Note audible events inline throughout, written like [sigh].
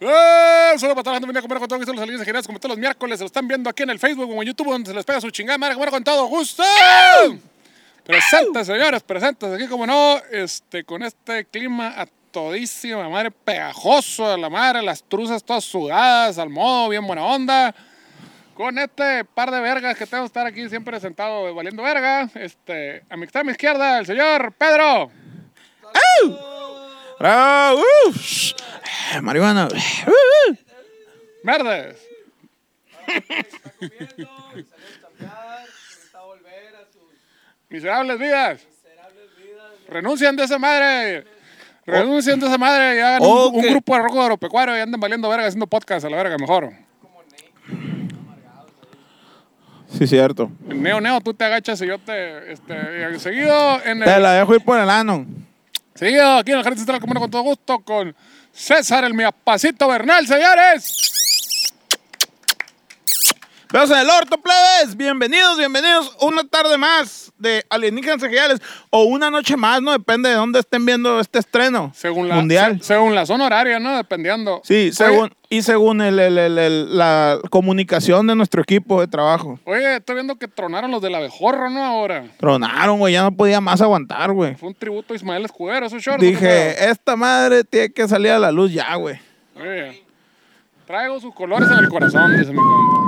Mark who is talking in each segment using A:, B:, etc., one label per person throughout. A: ¡Eh! Un saludo para toda la gente que viene a comer con todo gusto los aliens generales como todos los miércoles. Se lo están viendo aquí en el Facebook o en YouTube donde se les pega su chingada madre a comer con todo gusto. Presentes, señores, presentes. Aquí como no, este, con este clima a todísima madre, pegajoso de la madre, las truzas todas sudadas, al modo, bien buena onda. Con este par de vergas que tengo que estar aquí siempre sentado eh, valiendo verga. Este, a mi extrema izquierda, el señor Pedro.
B: ¡Bravo! ¡Uh! Shh. Eh, Marihuana. Uh, uh.
A: Verdes. Miserables vidas. Renuncian de esa madre. Renuncian de esa madre y hagan un-
B: Oh,
A: un,
B: que-
A: grupo de rojo agropecuario y anden valiendo verga haciendo podcast a la verga mejor.
B: Sí, cierto.
A: Neo, neo, tú te agachas y yo te... Este, y seguido en el...
B: Te la dejo ir por el ano.
A: Seguido aquí en el Jardín Central Comuna con todo gusto con César el miapacito Bernal, señores.
B: Veos en el orto, plebes. Bienvenidos, bienvenidos. Una tarde más de Alienígenas Ejidales. O una noche más, no depende de dónde estén viendo este estreno.
A: Según la,
B: Mundial.
A: se- según la zona horaria, ¿no? Dependiendo.
B: Sí,
A: Oye,
B: según, y según el- el- el- el- la comunicación de nuestro equipo de trabajo.
A: Oye, estoy viendo que tronaron los del abejorro, ¿no? Ahora.
B: Tronaron, güey, ya no podía más aguantar, güey.
A: Fue un tributo a Ismael Escudero, esos shorts. ¿qué
B: Dije, esta madre tiene que salir a la luz ya, güey.
A: pedo?
B: eh.
A: Oye, traigo sus colores en el corazón, dice mi compa.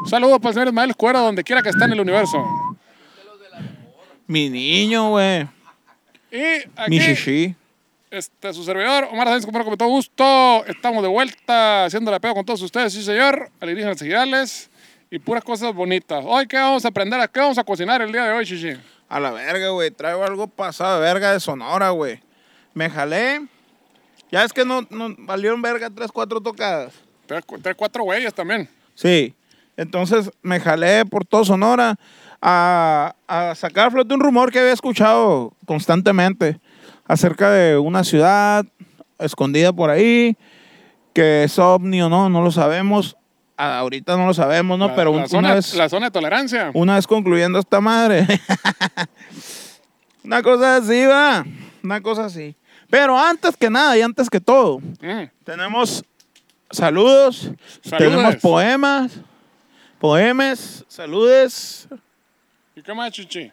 A: Un saludo para el señor Ismael Escudero, donde quiera que esté en el universo.
B: Mi niño, güey.
A: Y aquí,
B: Mi shishi.
A: este, su servidor, Omar Sáenz, compañero, con todo gusto. Estamos de vuelta, haciendo la pega con todos ustedes, sí señor. Alienígenas Ejidales y puras cosas bonitas. Hoy, ¿qué vamos a aprender? ¿Qué vamos a cocinar el día de hoy, Chichi?
B: A la verga, güey. Traigo algo pasado de verga de Sonora, güey. Me jalé. Ya es que no, no valieron verga tres, cuatro tocadas.
A: Tres, cu- tres, cuatro huellas también.
B: Sí. Entonces me jalé por todo Sonora a, a sacar a flote un rumor que había escuchado constantemente acerca de una ciudad escondida por ahí, que es ovni o no, no lo sabemos. Ah, Ahorita no lo sabemos, ¿no?
A: La-
B: Pero un-
A: la,
B: una
A: zona,
B: vez...
A: la zona de tolerancia.
B: Una vez concluyendo esta madre. [laughs] Una cosa así, va. Una cosa así. Pero antes que nada y antes que todo,
A: Mm.
B: tenemos saludos,
A: Saludes.
B: tenemos poemas, poemes, saludes
A: ¿Y qué más, Chichi?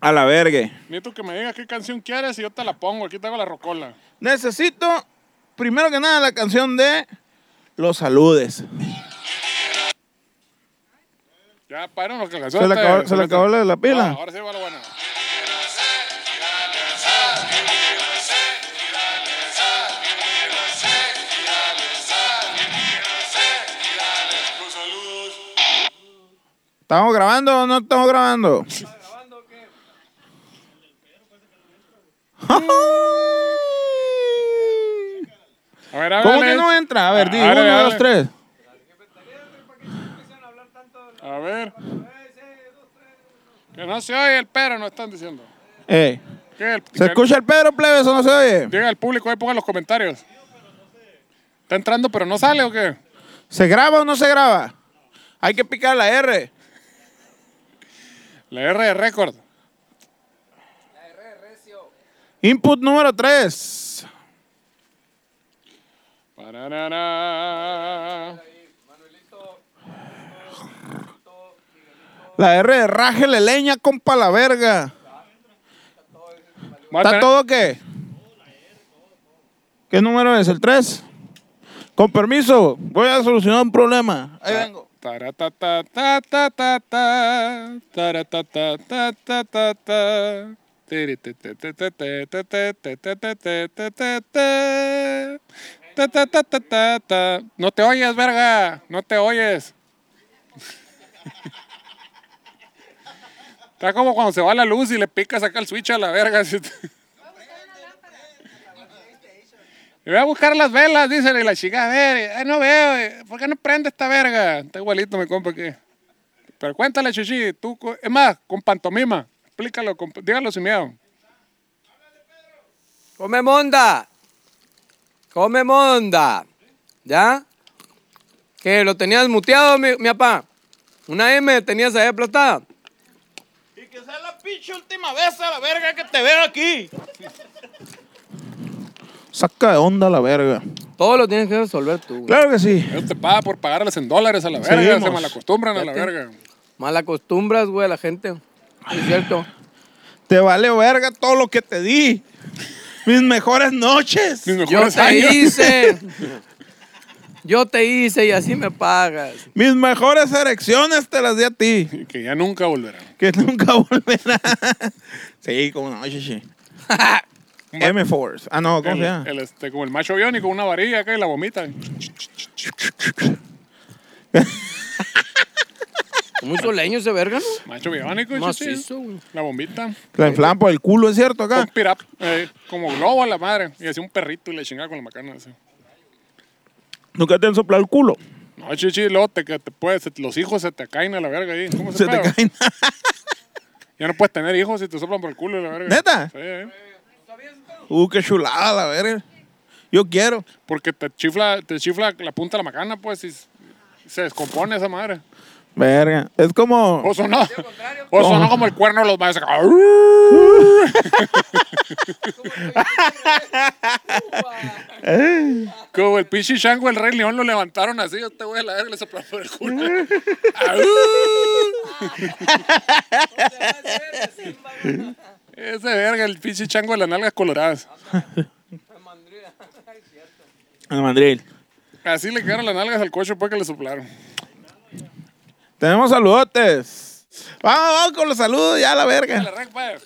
B: a la vergue.
A: Necesito que me digas qué canción quieres y yo te la pongo. Aquí tengo la rocola.
B: Necesito, primero que nada, la canción de Los Saludes.
A: Ya, paren los que la
B: Se le acabó, se le acabó la, la
A: Ah,
B: pila.
A: ahora sí va lo bueno.
B: ¿Estamos grabando o no estamos grabando?
A: A ver, a ver.
B: ¿Cómo que no entra? A ver, di, uno, dos, tres.
A: A ver. Que no se oye el pero, no están diciendo.
B: Ey,
A: Que el-
B: ¿Se
A: que-
B: escucha el Pedro Plebes o no se oye?
A: Diga al público ahí, pongan los comentarios. ¿Está entrando pero no sale o qué?
B: ¿Se graba o no se graba? Hay que picar la R.
A: La R de récord.
B: Input número 3.
A: Pararara.
B: La R de Rájele leña, compa la verga.
A: Voy a
B: ¿Está
A: tener-
B: todo qué? ¿Qué número es? ¿El 3? Con permiso, voy a solucionar un problema. Ahí vengo.
A: Tara, ta, ta, ta, ta, ta, ta. Tara, ta, ta, ta, ta, ta, ta. Tiri, te, te, te, te, te, te, te, te, te, te, te, te, te, te. Ta, ta, ta, ta, ta, ta. No te oyes, verga. No te oyes. [laughs] Está como cuando se va la luz y le picas acá el switch a la verga. [laughs] así. Y voy a buscar las velas, dice y la chica, a ver, ay, no veo, eh, ¿por qué no prende esta verga? Está igualito mi compa aquí. Pero cuéntale, Chichi, tú, co- es más, con pantomima, explícalo, con- dígalo sin miedo.
C: Come monda. Come monda. ¿Ya? Que lo tenías muteado, mi, mi papá. Una M tenías ahí aplastada.
B: Y que sea la pinche última vez a la verga que te veo aquí. Saca de onda la verga.
C: Todo lo tienes que resolver tú. güey.
B: Claro que sí.
A: Ellos te pagan por pagarles en dólares a la verga,
B: Seguimos.
A: se malacostumbran a la
C: Fíjate.
A: verga.
C: Mal acostumbras, güey, a la gente. Sí, Es cierto.
B: Te vale verga todo lo que te di. Mis mejores noches.
A: Mis
C: Yo
A: mejores
C: te
A: años.
C: [laughs] hice. Yo te hice y así me pagas.
B: Mis mejores erecciones te las di a ti.
A: Y que ya nunca volverán.
B: Que nunca [laughs] volverá. sí, como no, [laughs] chichi. M-Force. Ah, no, ¿cómo
A: El,
B: se llama?
A: el, este, como el macho biónico, una varilla acá y la vomita.
C: Muchos leños se vergan, ¿no?
A: Macho biónico, chichi.
C: Macizo, güey.
A: La bombita.
B: La inflan por el culo, ¿es cierto acá?
A: Con pirap, eh, como globo a la madre. Y hacía un perrito y le chingaba con la macana. así.
B: Nunca te han soplado el culo.
A: No, chichi, luego te, que te puedes, se- los hijos se te caen a la verga ahí. ¿Cómo se,
B: Se te caen.
A: Ya no puedes tener hijos si te soplan por el culo a la verga.
B: ¿Neta?
A: Sí, eh.
B: Uh, qué chulada la verga. Yo quiero.
A: Porque te chifla, te chifla la punta de la macana, pues, y s- se descompone esa madre.
B: Verga. Es como.
A: O sonó, o sonó como el cuerno de los maestros.
B: Oh.
A: Como el pinche chango, el rey león, lo levantaron así, este güey a la verga le soplaron por el culo. Ese verga, el pinche chango de las nalgas coloradas.
B: En Madrid.
A: Así le quedaron las nalgas al coche después que le soplaron.
B: Tenemos saludotes. Vamos, vamos con los saludos, ya la
A: La
B: verga.
A: rec, pues.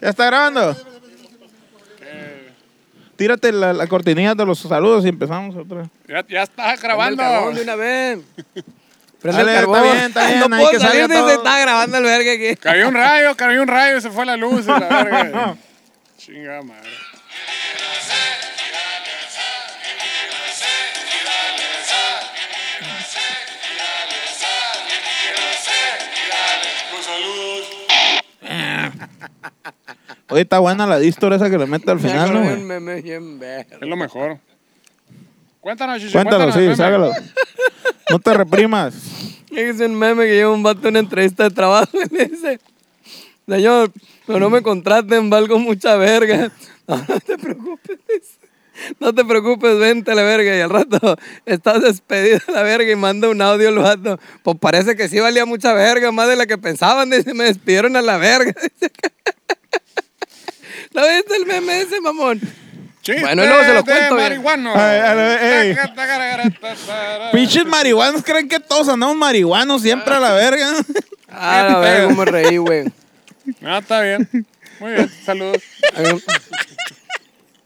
B: Ya está grabando. Tírate la, la cortinilla de los saludos y empezamos otra.
A: Ya, ya está
C: Prende el carbón de
A: grabando.
C: una vez. Prende
B: Dale,
C: el
B: está
C: carbón.
B: bien, está bien,
C: [laughs] No
B: hay
C: puedo
B: que
C: salir
B: salga
C: de
B: todo.
C: está grabando el verga aquí.
A: Cayó un rayo, cayó un rayo, se fue la luz. y La
B: [laughs]
A: verga. Chinga madre.
B: Oye, está buena la distor esa que le mete al
C: Me
B: final, ¿no,
C: acordé de
B: güey?
C: un meme bien verga.
A: Es lo mejor. Cuéntanos, Chichi.
B: Cuéntalo, sí,
A: meme.
B: sácalo. No te
C: [laughs]
B: reprimas.
C: Es un meme que lleva un vato a una entrevista de trabajo y le dice, señor, pero no me contraten, valgo mucha verga. [laughs] No, no te preocupes. No te preocupes, vente a la verga y al rato estás despedido a la verga y manda un audio el vato. Pues parece que sí valía mucha verga, más de la que pensaban. Dice, me despidieron a la verga. [laughs] Dice. ¿No viste el meme ese, mamón?
A: Chiste
C: Bueno, y luego se lo
A: de
C: cuento, bien.
A: marihuano.
B: Ay, ay, ay.
A: Taca, taca, taca, taca, taca.
B: Pinches marihuanos creen que todos andamos marihuanos siempre a la verga.
C: Ah, la verga, cómo me reí, güey.
A: No, Ah, está bien. Muy bien, saludos.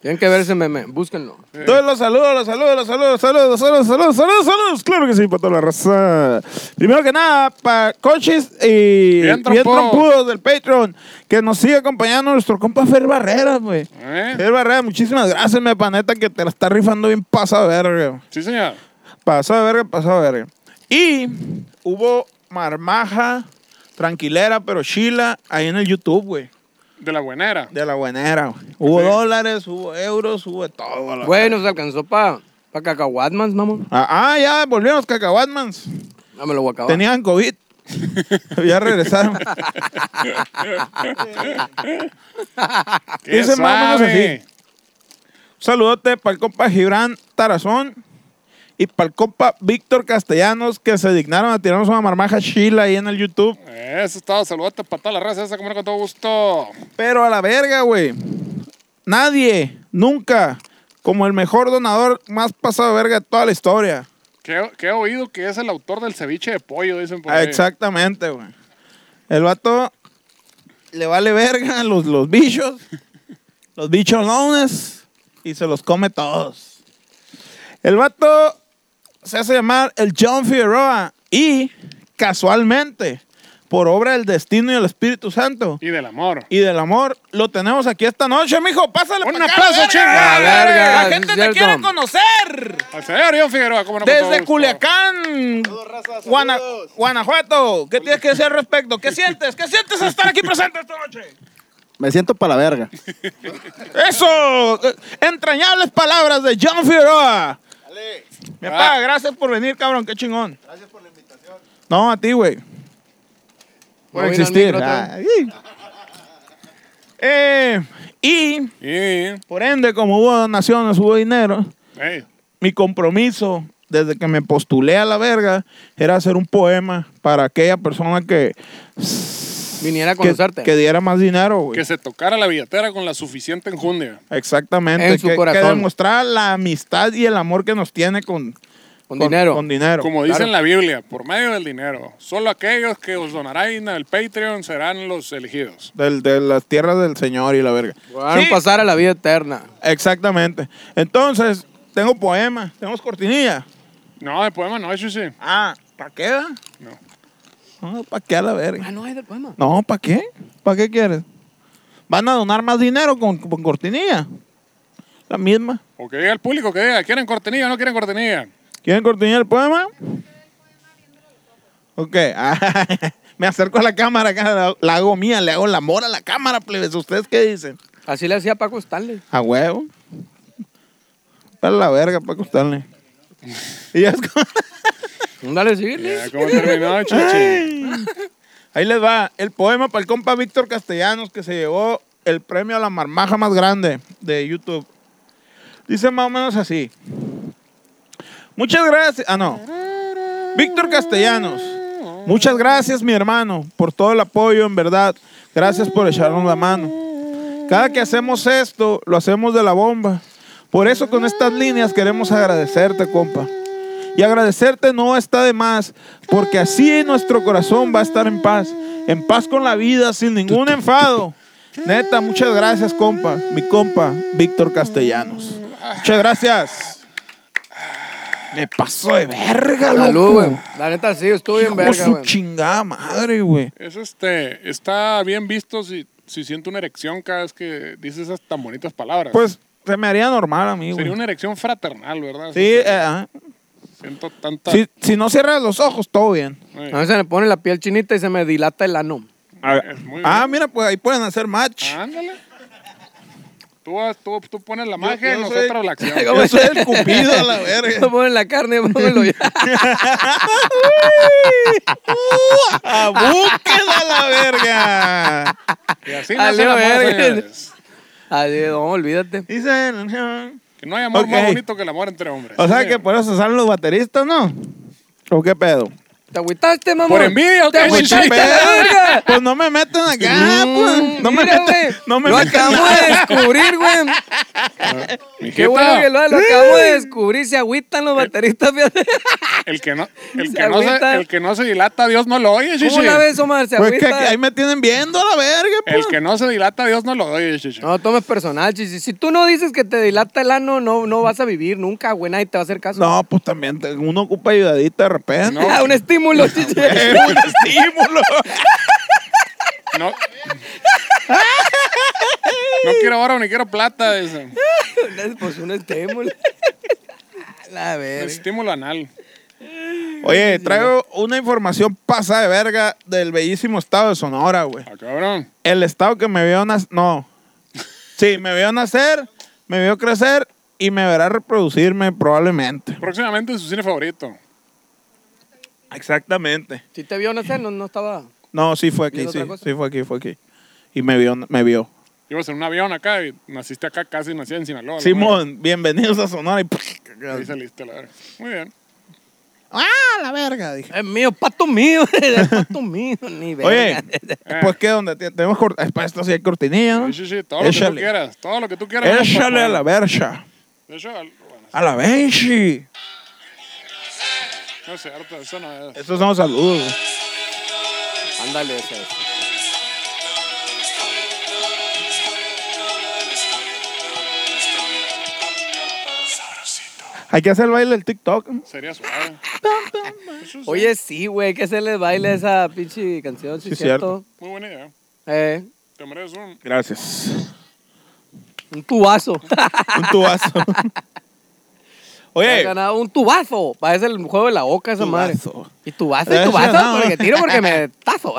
C: Tienen que ver ese meme, búsquenlo.
B: Todos los saludos, los saludos, los saludos, saludos, saludos, saludos, saludos, saludos. Claro que sí, para toda la raza. Primero que nada, para coches y
A: Bien
B: bien,
A: trompudos.
B: trompudos del Patreon, que nos sigue acompañando nuestro compa Fer Barrera, güey.
A: ¿Eh?
B: Fer Barrera, muchísimas gracias, me paneta, que te la está rifando bien pasado de verga.
A: Sí, señor.
B: Pasado de verga, pasado de verga. Y hubo marmaja, tranquilera, pero chila, ahí en el YouTube, güey.
A: De la buenera.
B: De la buenera, güey. Hubo dólares, hubo euros, hubo de todo. a la
C: Güey, nos alcanzó para pa cacahuatmans, mamón.
B: Ah, ah, ya volvieron los cacahuatmans.
C: No me lo voy a acabar.
B: Tenían COVID. ya regresaron.
A: ¿Qué
B: Dice más o menos
A: sabe?
B: Saludote para el compa Gibran Tarazón y para el compa Víctor Castellanos que se dignaron a tirarnos una marmaja chila ahí en el YouTube.
A: Eso es todo. Saludos para toda la raza. Esa comer con todo gusto.
B: Pero a la verga, güey. Nadie, nunca, como el mejor donador más pasado de verga de toda la historia.
A: Que, que he oído que es el autor del ceviche de pollo, dicen por
B: Ah,
A: ahí.
B: Exactamente, güey. El vato le vale verga los, los bichos, los bicholones, y se los come todos. El vato se hace llamar el John Figueroa y, casualmente, por obra del destino y el Espíritu Santo
A: Y del amor.
B: y del amor, lo tenemos aquí esta noche, mijo. Pásale
A: Un
B: pa' acá,
A: aplauso,
B: verga.
A: chinga.
C: La
B: La
C: verga,
B: gente
C: es
B: te
C: cierto.
B: quiere conocer.
A: Al señor Ion Figueroa, cómo no con todo
B: Desde
A: gusto.
B: Culiacán, Guana- Guanajuato, ¿qué tienes que decir al respecto? ¿Qué sientes? ¿Qué sientes al estar aquí presente esta noche?
D: Me siento para la verga.
B: Eso, eh, entrañables palabras de John Figueroa. Mi papá, gracias por venir, cabrón, qué chingón. Gracias por la invitación. No, a ti, güey. Por
C: Voy a ir al
B: Ah. existir.
C: micro,
B: Ay. Eh, Y,
A: Y,
B: por ende, como hubo donaciones, hubo dinero,
A: ey,
B: mi compromiso desde que me postulé a la verga era hacer un poema para aquella persona que,
C: Viniera a
B: que,
C: conocerte.
B: que diera más dinero, güey.
A: que se tocara la billetera con la suficiente enjundia.
B: Exactamente.
C: En su
B: que,
C: corazón.
B: que demostrar la amistad y el amor que nos tiene con,
C: Con dinero.
B: con dinero.
A: Como dice
B: Claro.
A: en la Biblia, por medio del dinero, solo aquellos que os donarán al Patreon serán los elegidos.
B: Del- de las tierras del Señor y la verga.
C: Van
B: Sí,
C: a pasar a la vida eterna.
B: Exactamente. Entonces, tengo poemas, tenemos cortinilla.
A: No, el poema no, eso sí.
B: Ah, ¿para qué? da?
A: No.
B: No, ¿para qué a la verga?
C: Ah, no hay del poema.
B: No, ¿para qué? ¿Para qué quieres? ¿Van a donar más dinero con, con cortinilla? La misma.
A: O que diga el público que diga, ¿quieren cortinilla o no quieren cortinilla?
B: ¿Quieren cortinilla el poema? Ok. [laughs] Me acerco a la cámara, acá, la, la hago mía, le hago el amor a la cámara, plebes. ¿Ustedes qué dicen?
C: Así le hacía Paco Stanley.
B: A huevo. Para la verga, para acostarle. Y ya es como-
C: Dale, síguele.
A: Ya, ¿Cómo
B: [laughs]
A: terminó, chichi?
B: Ahí les va el poema para el compa Víctor Castellanos que se llevó el premio a la marmaja más grande de YouTube. Dice más o menos así. Muchas gracias. Ah, no. Víctor Castellanos. Muchas gracias, mi hermano, por todo el apoyo, en verdad. Gracias por echarnos la mano. Cada que hacemos esto, lo hacemos de la bomba. Por eso con estas líneas queremos agradecerte, compa. Y agradecerte no está de más, porque así nuestro corazón va a estar en paz, en paz con la vida, sin ningún enfado. Neta, muchas gracias, compa, mi compa, Víctor Castellanos. Muchas gracias. Me pasó de verga,
C: Salud,
B: loco.
C: güey. La neta sí, estuve bien
B: Hijo
C: verga,
B: su
C: güey.
B: chingada madre, güey.
A: Es este, está bien visto si, si siento una erección cada vez que dices esas tan bonitas palabras.
B: Pues se me haría normal a mí,
A: Sería
B: güey.
A: una erección fraternal, ¿verdad?
B: Sí, eh, ah.
A: Siento tanta...
B: si, si no cierras los ojos, todo bien.
A: Ey,
C: A veces me pone la piel chinita y se me dilata el ano.
A: es muy
B: Ah,
A: bien. Ah.
B: mira, pues ahí pueden hacer match.
A: Ándale. Tú, vas- tú, tú pones la magia
B: yo
A: y
B: soy-
A: nosotros la acción.
C: ¿Cómo
B: Yo soy
C: es?
B: el cupido a la
A: [laughs]
C: Me [laughs]
B: verga.
C: ponen la carne, pónganlo ya. [laughs]
A: Ah,
B: ¡A búsqueda Ah, a la verga!
A: Y así nace
C: Ah,
A: el
C: Leo,
A: amor,
C: verga.
A: señores.
C: Ay, no, olvídate.
B: Dicen...
A: Que no hay amor más
B: Ok.
A: bonito que el amor entre hombres.
B: O sea
A: Sí.
B: que por eso salen los bateristas, ¿no? ¿O qué pedo? Pues,
C: ¿Te agüitaste, mamón?
A: Por envidia, ¿o
C: ¿Te
A: qué?
C: agüitaste,
A: Sí,
B: ¿Qué
C: la
B: pedo?
C: verga?
B: Pues no me meten acá,
C: Mm,
B: pues. No me
C: mira,
B: meten.
C: güey,
B: No me
C: Lo
B: meten.
C: acabo de descubrir, güey. Qué
A: Mijita,
C: bueno que lo, lo acabo de descubrir. Se agüitan los bateristas, fíjate.
A: el que
C: [laughs]
A: no, el
C: Se
A: que no se,
C: agüita.
A: el que no se dilata, Dios no lo oye,
C: ¿Cómo
A: chichi.
C: la ves, Omar? Se
B: Pues que
C: agüita.
B: ahí me tienen viendo a la verga, pues.
A: El que no se dilata, Dios no lo oye, chichi.
C: No tomes personal, chichi. Si tú no dices que te dilata el ano, no, no vas a vivir nunca, güey. Nadie te va a hacer caso.
B: No, pues también te- uno ocupa ayudadita de repente.
A: No.
C: [laughs] Ah, un estímulo, chichi.
B: Es [laughs]
C: [laughs]
B: un estímulo.
A: No. No quiero oro ni quiero plata, dice.
C: pues un estímulo. [laughs] La verga.
A: Estímulo anal.
B: Oye, traigo una información pasada de verga del bellísimo estado de Sonora, güey.
A: Ah, cabrón.
B: El estado que me vio nacer. No. Sí, me vio nacer, me vio crecer y me verá reproducirme probablemente.
A: Próximamente su cine favorito.
B: Exactamente.
C: Si te vio nacer, no, no estaba.
B: No, sí fue aquí,
C: ¿Digo
B: sí.
C: otra cosa?
B: Sí fue aquí, fue aquí. Y me vio, me vio.
A: Ibas en un avión acá y naciste acá, casi nací en Sinaloa. la madre.
B: Simón, bienvenidos a Sonora y.
A: Ahí saliste, la verga. Muy bien.
B: ¡Ah, la verga! Dije.
C: Es mío, pato mío. [laughs] Es pato mío. [laughs] Ni
B: Oye,
C: verga.
B: pues qué donde te- tenemos cort- eh, Para esto sí hay cortinilla, ¿no?
A: Sí, sí, sí, todo lo que tú
B: Échale.
A: quieras. Todo lo que tú quieras.
B: Échale a la vercha.
A: De hecho, al- bueno,
B: A la Benchi.
A: no es cierto, eso no es.
B: Estos son saludos. güey.
C: Ándale, esa es.
B: Hay que hacer el baile del TikTok.
A: Sería suave. Eso es
C: Oye, sí, güey, que se les baile esa pinche canción, sí,
B: Sí,
C: cierto.
A: muy buena idea.
C: Eh,
A: Te mereces un.
B: Gracias.
C: un tubazo. [laughs]
B: Un [laughs] tubazo.
C: Ha
B: Oye,
C: ganado un tubazo. Parece el juego de la oca esa madre.
B: Tubazo.
C: Y tubazo, y
B: Eso [laughs]
C: tubazo,
B: no.
C: porque tiro porque me tazo.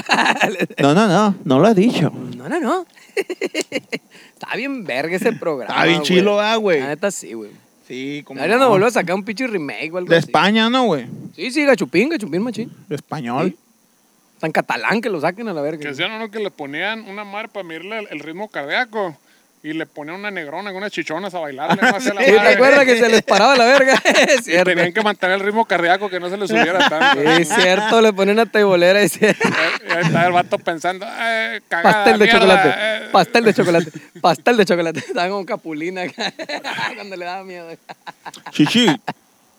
C: [laughs]
B: no, no, no, no lo he dicho.
C: no, no, [laughs] no. Está bien verga ese programa.
B: Está bien
C: güey.
B: chilo, ah, güey.
C: La neta sí, güey.
B: Sí, como.
C: Deberían de volver a sacar un pinche remake o algo
B: De
C: así.
B: España, ¿no, güey?
C: Sí, sí, gachupín, gachupín machín.
B: De español.
C: Tan catalán que lo saquen a la verga.
A: Que decían uno que le ponían una mar para medirle el, el ritmo cardíaco. y le ponían una negrona con unas chichonas a bailar. ¿no? Hacia
C: [laughs]
A: la
C: ¿Y te
A: madre.
C: acuerdas que se les paraba la verga? [laughs]
A: [laughs]
C: Es
A: Y
C: cierto.
A: tenían que mantener el ritmo cardíaco que no se le subiera tanto.
C: Es cierto, le ponen una teibolera. Es [laughs] cierto.
A: Y ahí está el vato pensando, eh, cagada,
C: Pastel de
A: mierda,
C: chocolate.
A: eh.
C: Pastel de chocolate. Pastel de chocolate. [laughs] Estaban con capulina acá, [laughs] cuando le daba miedo.
B: Chichi.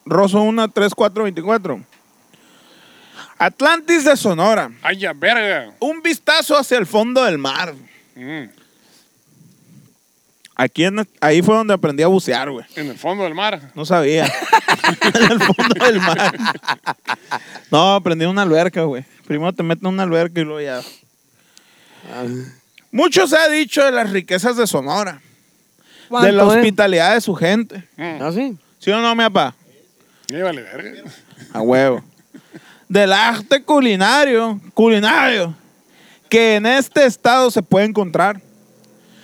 B: Rosso 1, 3, 4, 24. Atlantis de Sonora.
A: Ay, ya, verga.
B: Un vistazo hacia el fondo del mar.
A: Mm,
B: Aquí en- ahí fue donde aprendí a bucear, güey.
A: en el fondo del mar.
B: No sabía. [laughs] en el fondo del mar. No, aprendí en una alberca, güey. Primero te meten en una alberca y luego ya.
C: Ah.
B: Mucho se ha dicho de las riquezas de Sonora, de la
C: ¿Cuánto, eh?
B: hospitalidad de su gente.
A: Mm,
C: Ah, sí.
B: ¿Sí o no, mi papá?
A: ya vale, verga.
B: A huevo. Del arte culinario, culinario, que en este estado se puede encontrar.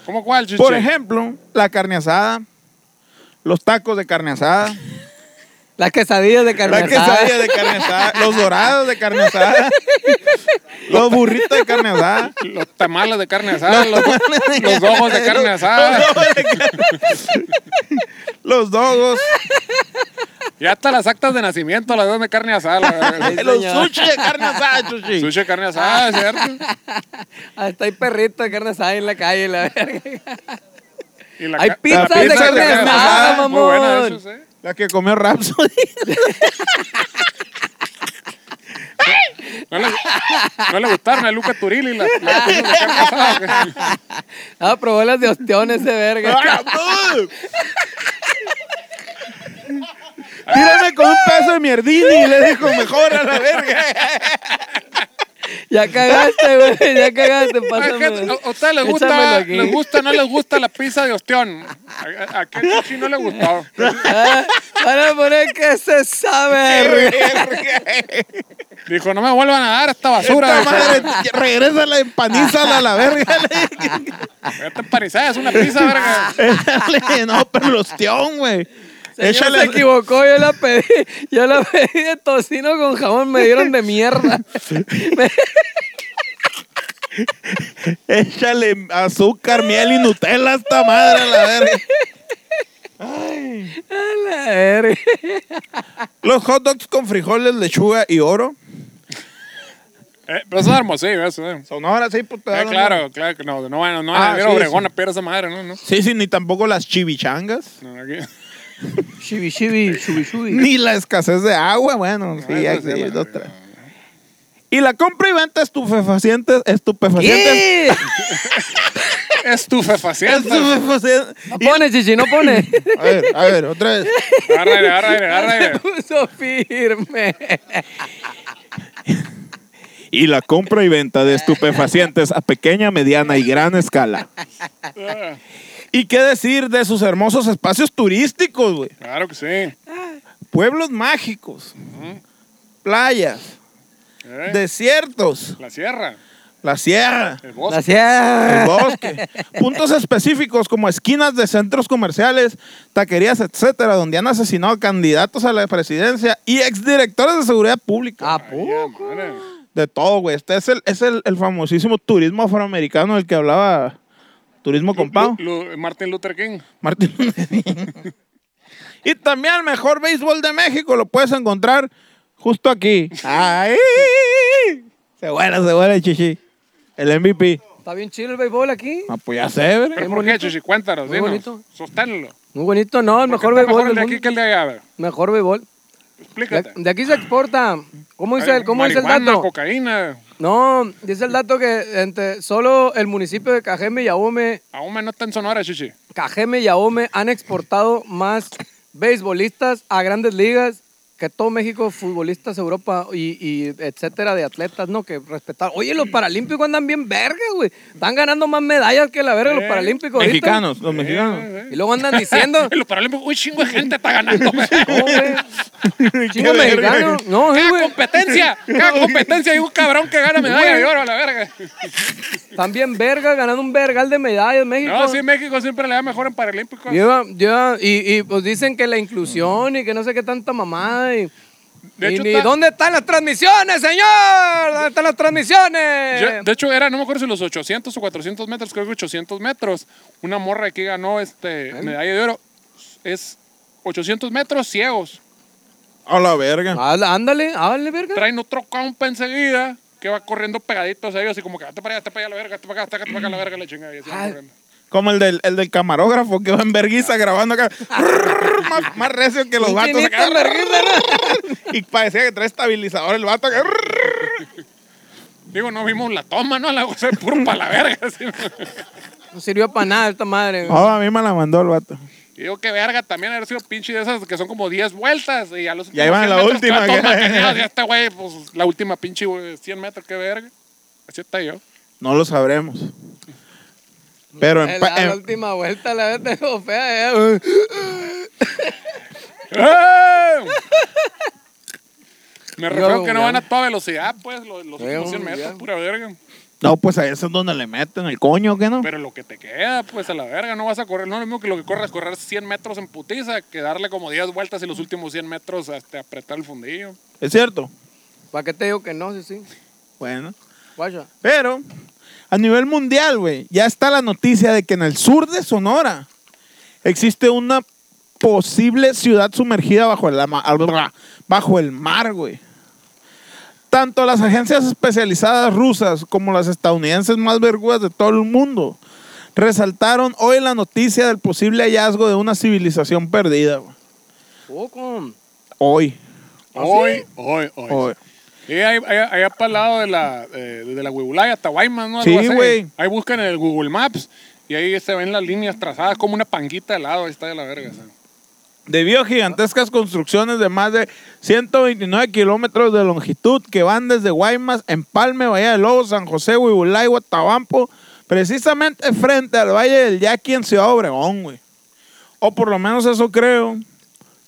A: ¿Cómo cuál, chiche?
B: Por ejemplo, la carne asada, los tacos de carne asada,
C: Las quesadillas de carne
B: la
C: asada.
B: quesadilla de carne asada, los dorados de carne asada, los burritos de carne asada. [laughs]
A: Los tamales de carne asada, los, los ojos de carne asada.
B: Los dogos de carne- Los dogos,
A: Y hasta las actas de nacimiento las dan de carne asada. la verga.
B: los
C: señor.
B: sushi de carne asada, chuchi.
A: Sushi de carne asada, ¿cierto?
C: Hasta hay perritos de carne asada en la calle, la verga. [laughs]
A: Y la
C: Hay
A: ca-
C: pizzas
B: de carne asada,
A: Muy buena,
C: mamón.
A: eso sí.
B: La que comió [laughs] Rhapsody.
A: No le, no le gustaron a Luca Turilli las las cosas de carne asada. güey.
C: Ah, probó las de ostión ese
A: Ah.
C: verga.
B: Tírame con un pedazo de mierdini y le dijo mejor a la [laughs] verga.
C: Ya cagaste, güey. Ya cagaste,
A: Ay, Ah, gente,
C: pásame.
A: ¿A a ustedes les
C: Échamelo
A: gusta,
C: aquí.
A: les gusta, no les gusta la pizza de ostión? ¿A, a, a qué chichi no le gustó?
C: Ah, Van a poner que se sabe, verga.
A: Dijo, no me vuelvan a dar esta basura.
B: Puta
A: dijo.
B: madre, regresa la empanízala a la verga.
A: Esta empanizada es una pizza,
B: Ah.
A: verga.
B: [laughs] Dale, no, pero los tión, güey.
C: Ella se
B: Échale,
C: equivocó, yo la pedí, yo la [laughs] pedí de tocino con jamón, me dieron de mierda. [laughs] Me-
B: échale azúcar, miel y Nutella a esta madre a la verga.
C: a la verga.
B: Los hot dogs con frijoles, lechuga y oro.
A: Eh, pero eso es hermosillo, eso. eh.
B: Sonora, sí, puta.
A: Eh, claro, claro que no. No, no, no,
B: Ah,
A: no,
B: sí,
A: Obregón
B: sí.
A: a piedra esa madre, no, no.
B: Sí, sí, ni tampoco las chivichangas.
A: No, aquí-
C: Shibi, shibi, shubi, shubi.
B: Ni la escasez de agua, bueno,
A: eso
B: sí, hay
A: Ah, sí, la
B: dos,
A: verga.
B: tres. Y la compra y venta estupefacientes, estupefacientes.
C: ¿Qué?
A: Estupefaciente.
B: Estupefacientes.
C: No pone, chichi, no pone.
B: A ver, a ver, otra vez.
A: Agarra aire, agarra aire,
C: [laughs]
A: agarra eh. aire.
C: Puso firme.
B: Y la compra y venta de estupefacientes a pequeña, mediana y gran escala.
A: Ah,
B: ¿Y qué decir de sus hermosos espacios turísticos, güey?
A: Claro que sí. Eh,
B: Pueblos mágicos, playas,
A: Eh.
B: desiertos,
A: La sierra,
B: la sierra,
A: el bosque.
B: el
C: Gracias.
B: bosque, puntos específicos como esquinas de centros comerciales, taquerías, etcétera, donde han asesinado candidatos a la presidencia y exdirectores de seguridad pública.
C: ¿A
A: Ay,
C: poco?
A: ya, madre.
B: De todo, güey. Este es el, es el, el famosísimo turismo afroamericano del que hablaba Turismo Compao.
A: Lu- Lu- Martin Luther King.
B: Martín [laughs] Luther King. Y también el mejor béisbol de México lo puedes encontrar justo aquí. ¡Ahí! Se vuela, se vuela el chichi. El MVP.
C: Está bien chido el béisbol aquí.
B: Ah, pues ya sé, ¿verdad?
A: ¿Pero por qué, Chichi? Cuéntanos,
C: Muy
A: dinos.
C: bonito.
A: Sosténlo.
C: Muy bonito, no, el mejor
A: ¿Qué está
C: béisbol
A: el
C: del
A: de aquí que
C: mundo.
A: el de allá? A ver,
C: Mejor béisbol.
A: Explícate.
C: De, de aquí se exporta. ¿Cómo dice el, cómo dice el
A: Marihuana,
C: dato?
A: cocaína.
C: No, dice el dato que entre solo el municipio de Cajeme y Yaome
A: Aún no está en Sonora, Chichi.
C: Cajeme y Aome han exportado más beisbolistas a grandes ligas que todo México, futbolistas, Europa y, y etcétera, de atletas, ¿no? Que respetar. Oye, los paralímpicos andan bien verga, güey. Están ganando más medallas que la verga los paralímpicos. ahorita.
B: Mexicanos, los mexicanos.
C: Y luego
A: [laughs]
C: andan diciendo.
A: Los paralímpicos, un chingo de gente está
C: [laughs]
A: ganando.
C: No, güey. Chingo
B: Qué verga.
C: mexicano. No, sí,
A: Cada
C: güey.
A: competencia, cada competencia hay un cabrón que gana medalla de oro a la verga.
C: Están bien verga, ganando un vergal de medallas México.
A: No, sí, México siempre le da mejor en Paralímpicos.
C: Lleva- lleva- y, y, pues dicen que la inclusión y que no sé qué tanta mamada. Y,
A: De
C: y
A: hecho,
C: ni,
A: está-
C: ¿dónde están las transmisiones, señor? ¿Dónde están las transmisiones?
A: Yo- de hecho, era, no me acuerdo si los 800 o 400 metros, creo que 800 metros. Una morra que ganó este medalla de oro es 800 metros ciegos.
B: A la verga.
C: Habla- ándale, ándale, verga.
A: Traen otro compa enseguida que va corriendo pegaditos a ellos y como que vete para allá, vete para allá la verga, vete para acá, vete para acá la verga, la chingada. Y así van
B: Ah.
C: Ay.
A: corriendo.
B: Como el del, el del camarógrafo que va en verguiza grabando acá. más, más recio que los
C: Un
B: vatos
C: chinito en
B: acá.
C: vergüenza, ¿no?
B: Y parecía que trae estabilizador el vato acá.
A: Digo, no vimos la toma, ¿no? La cosa es puro para la verga. así. [laughs]
C: No sirvió para nada esta madre.
B: No, Oh, a mí me la mandó el vato.
A: Y digo, qué verga, también haber sido pinche de esas que son como 10 vueltas. Y ya los
B: Ya iban
A: últimos 100
B: la
A: metros,
B: última,
A: todos
B: [laughs] que-
A: macaneados, Ya este güey, pues la última pinche güey, 100 metros, qué verga. Así está yo.
B: No lo sabremos. Pero en,
C: Eh,
B: pa-
C: la
B: en-
C: última vuelta la [laughs] vez te fea. eh.
A: ¡Eh! Me refiero
C: Yo,
A: que no
C: ya.
A: van a toda velocidad, pues, los, los
C: Yo,
A: últimos 100
C: ya.
A: metros, pura verga.
B: no, pues a eso es donde le meten el coño, ¿qué no?
A: Pero lo que te queda, pues, a la verga, no vas a correr. No es lo mismo que lo que corres, correr 100 metros en putiza, que darle como 10 vueltas y los últimos 100 metros hasta apretar el fundillo.
B: ¿Es cierto?
C: ¿Para qué te digo que no? Sí, sí.
B: Bueno.
C: Guacha.
B: Pero a nivel mundial, güey, ya está la noticia de que en el sur de Sonora existe una posible ciudad sumergida bajo el, ama- al- bajo el mar, güey. Tanto las agencias especializadas rusas como las estadounidenses más vergudas de todo el mundo resaltaron hoy la noticia del posible hallazgo de una civilización perdida, güey.
C: Poco.
B: Hoy,
A: Hoy, hoy, hoy.
B: hoy.
A: Y ahí, ahí, allá para el lado de la, eh, de la Huibulay hasta Guaymas, ¿no? Algo
B: Sí,
A: así.
B: güey.
A: Ahí buscan en el Google Maps y ahí se ven las líneas trazadas como una panguita de lado. Ahí está de la verga. ¿sí?
B: Debido a gigantescas construcciones de más de 129 kilómetros de longitud que van desde Guaymas, Empalme, Bahía de Lobos, San José, Huibulay, Guatabampo, precisamente frente al Valle del Yaqui en Ciudad Obregón, güey. O por lo menos eso creo,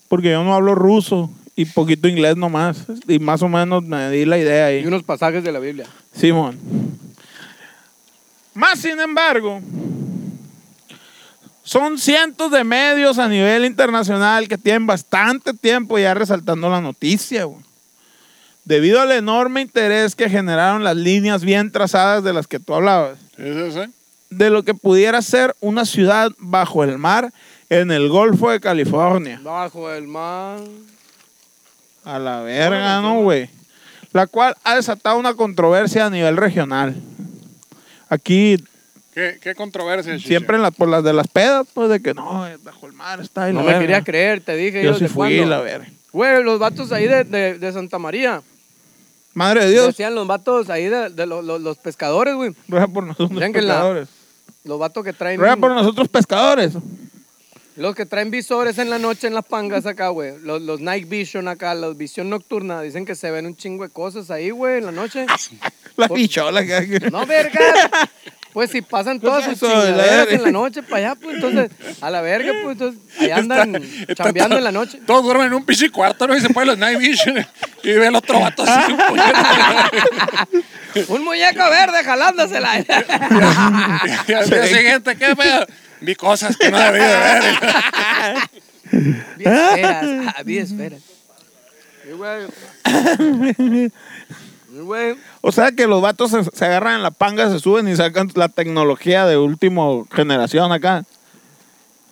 B: porque yo no hablo ruso y poquito inglés nomás. Y más o menos me di la idea ahí.
C: Y unos pasajes de la Biblia.
B: Simón. Más sin embargo, son cientos de medios a nivel internacional que tienen bastante tiempo ya resaltando la noticia, güey. Debido al enorme interés que generaron las líneas bien trazadas de las que tú hablabas,
A: Sí, sí, sí.
B: de lo que pudiera ser una ciudad bajo el mar en el Golfo de California.
C: Bajo el mar.
B: A la verga, ¿no, güey? La cual ha desatado una controversia a nivel regional. Aquí
A: ¿Qué, qué controversia, Chicho?
B: Siempre en las- por las de las pedas, pues de que no, eh, bajo el mar está. y
C: No
B: la
C: me
B: verga.
C: quería creer, te dije.
B: Yo
C: ¿desde
B: sí fui,
C: cuándo?
B: la verga.
C: Güey, los vatos ahí de, de, de Santa María.
B: Madre de Dios,
C: Decían los vatos ahí de, de lo- lo- los pescadores, güey.
B: ruega por nosotros
C: Decían que la-
B: pescadores.
C: Los vatos que traen.
B: Ruega por nosotros
C: [laughs]
B: pescadores.
C: Los que traen visores en la noche en las pangas acá, güey. Los, los night vision acá, los visión nocturna. Dicen que se ven un chingo de cosas ahí, güey, en la noche.
B: La pichola que hay.
C: No,
B: [laughs]
C: verga. Pues si pasan todas sus
B: Eso, la
C: chingaderas
B: verga.
C: en la noche para allá, pues entonces, a la verga, pues entonces, ahí andan
A: Está
C: chambeando
A: todo-
C: en la noche.
A: Todos duermen en un pinche cuarto, ¿no? Y se ponen los Night Vision. y ve el otro vato
B: [laughs]
A: así. puñeta.
C: Un muñeco verde
B: [laughs]
C: jalándosela. [laughs]
A: y al día siguiente, ¿qué pedo? Vi cosas que no debía de ver.
C: Vi esferas, ah, vi esferas. Y,
B: [laughs]
C: güey. Y, güey,
B: O sea que los vatos se, se agarran en la panga, se suben y sacan la tecnología de última generación acá.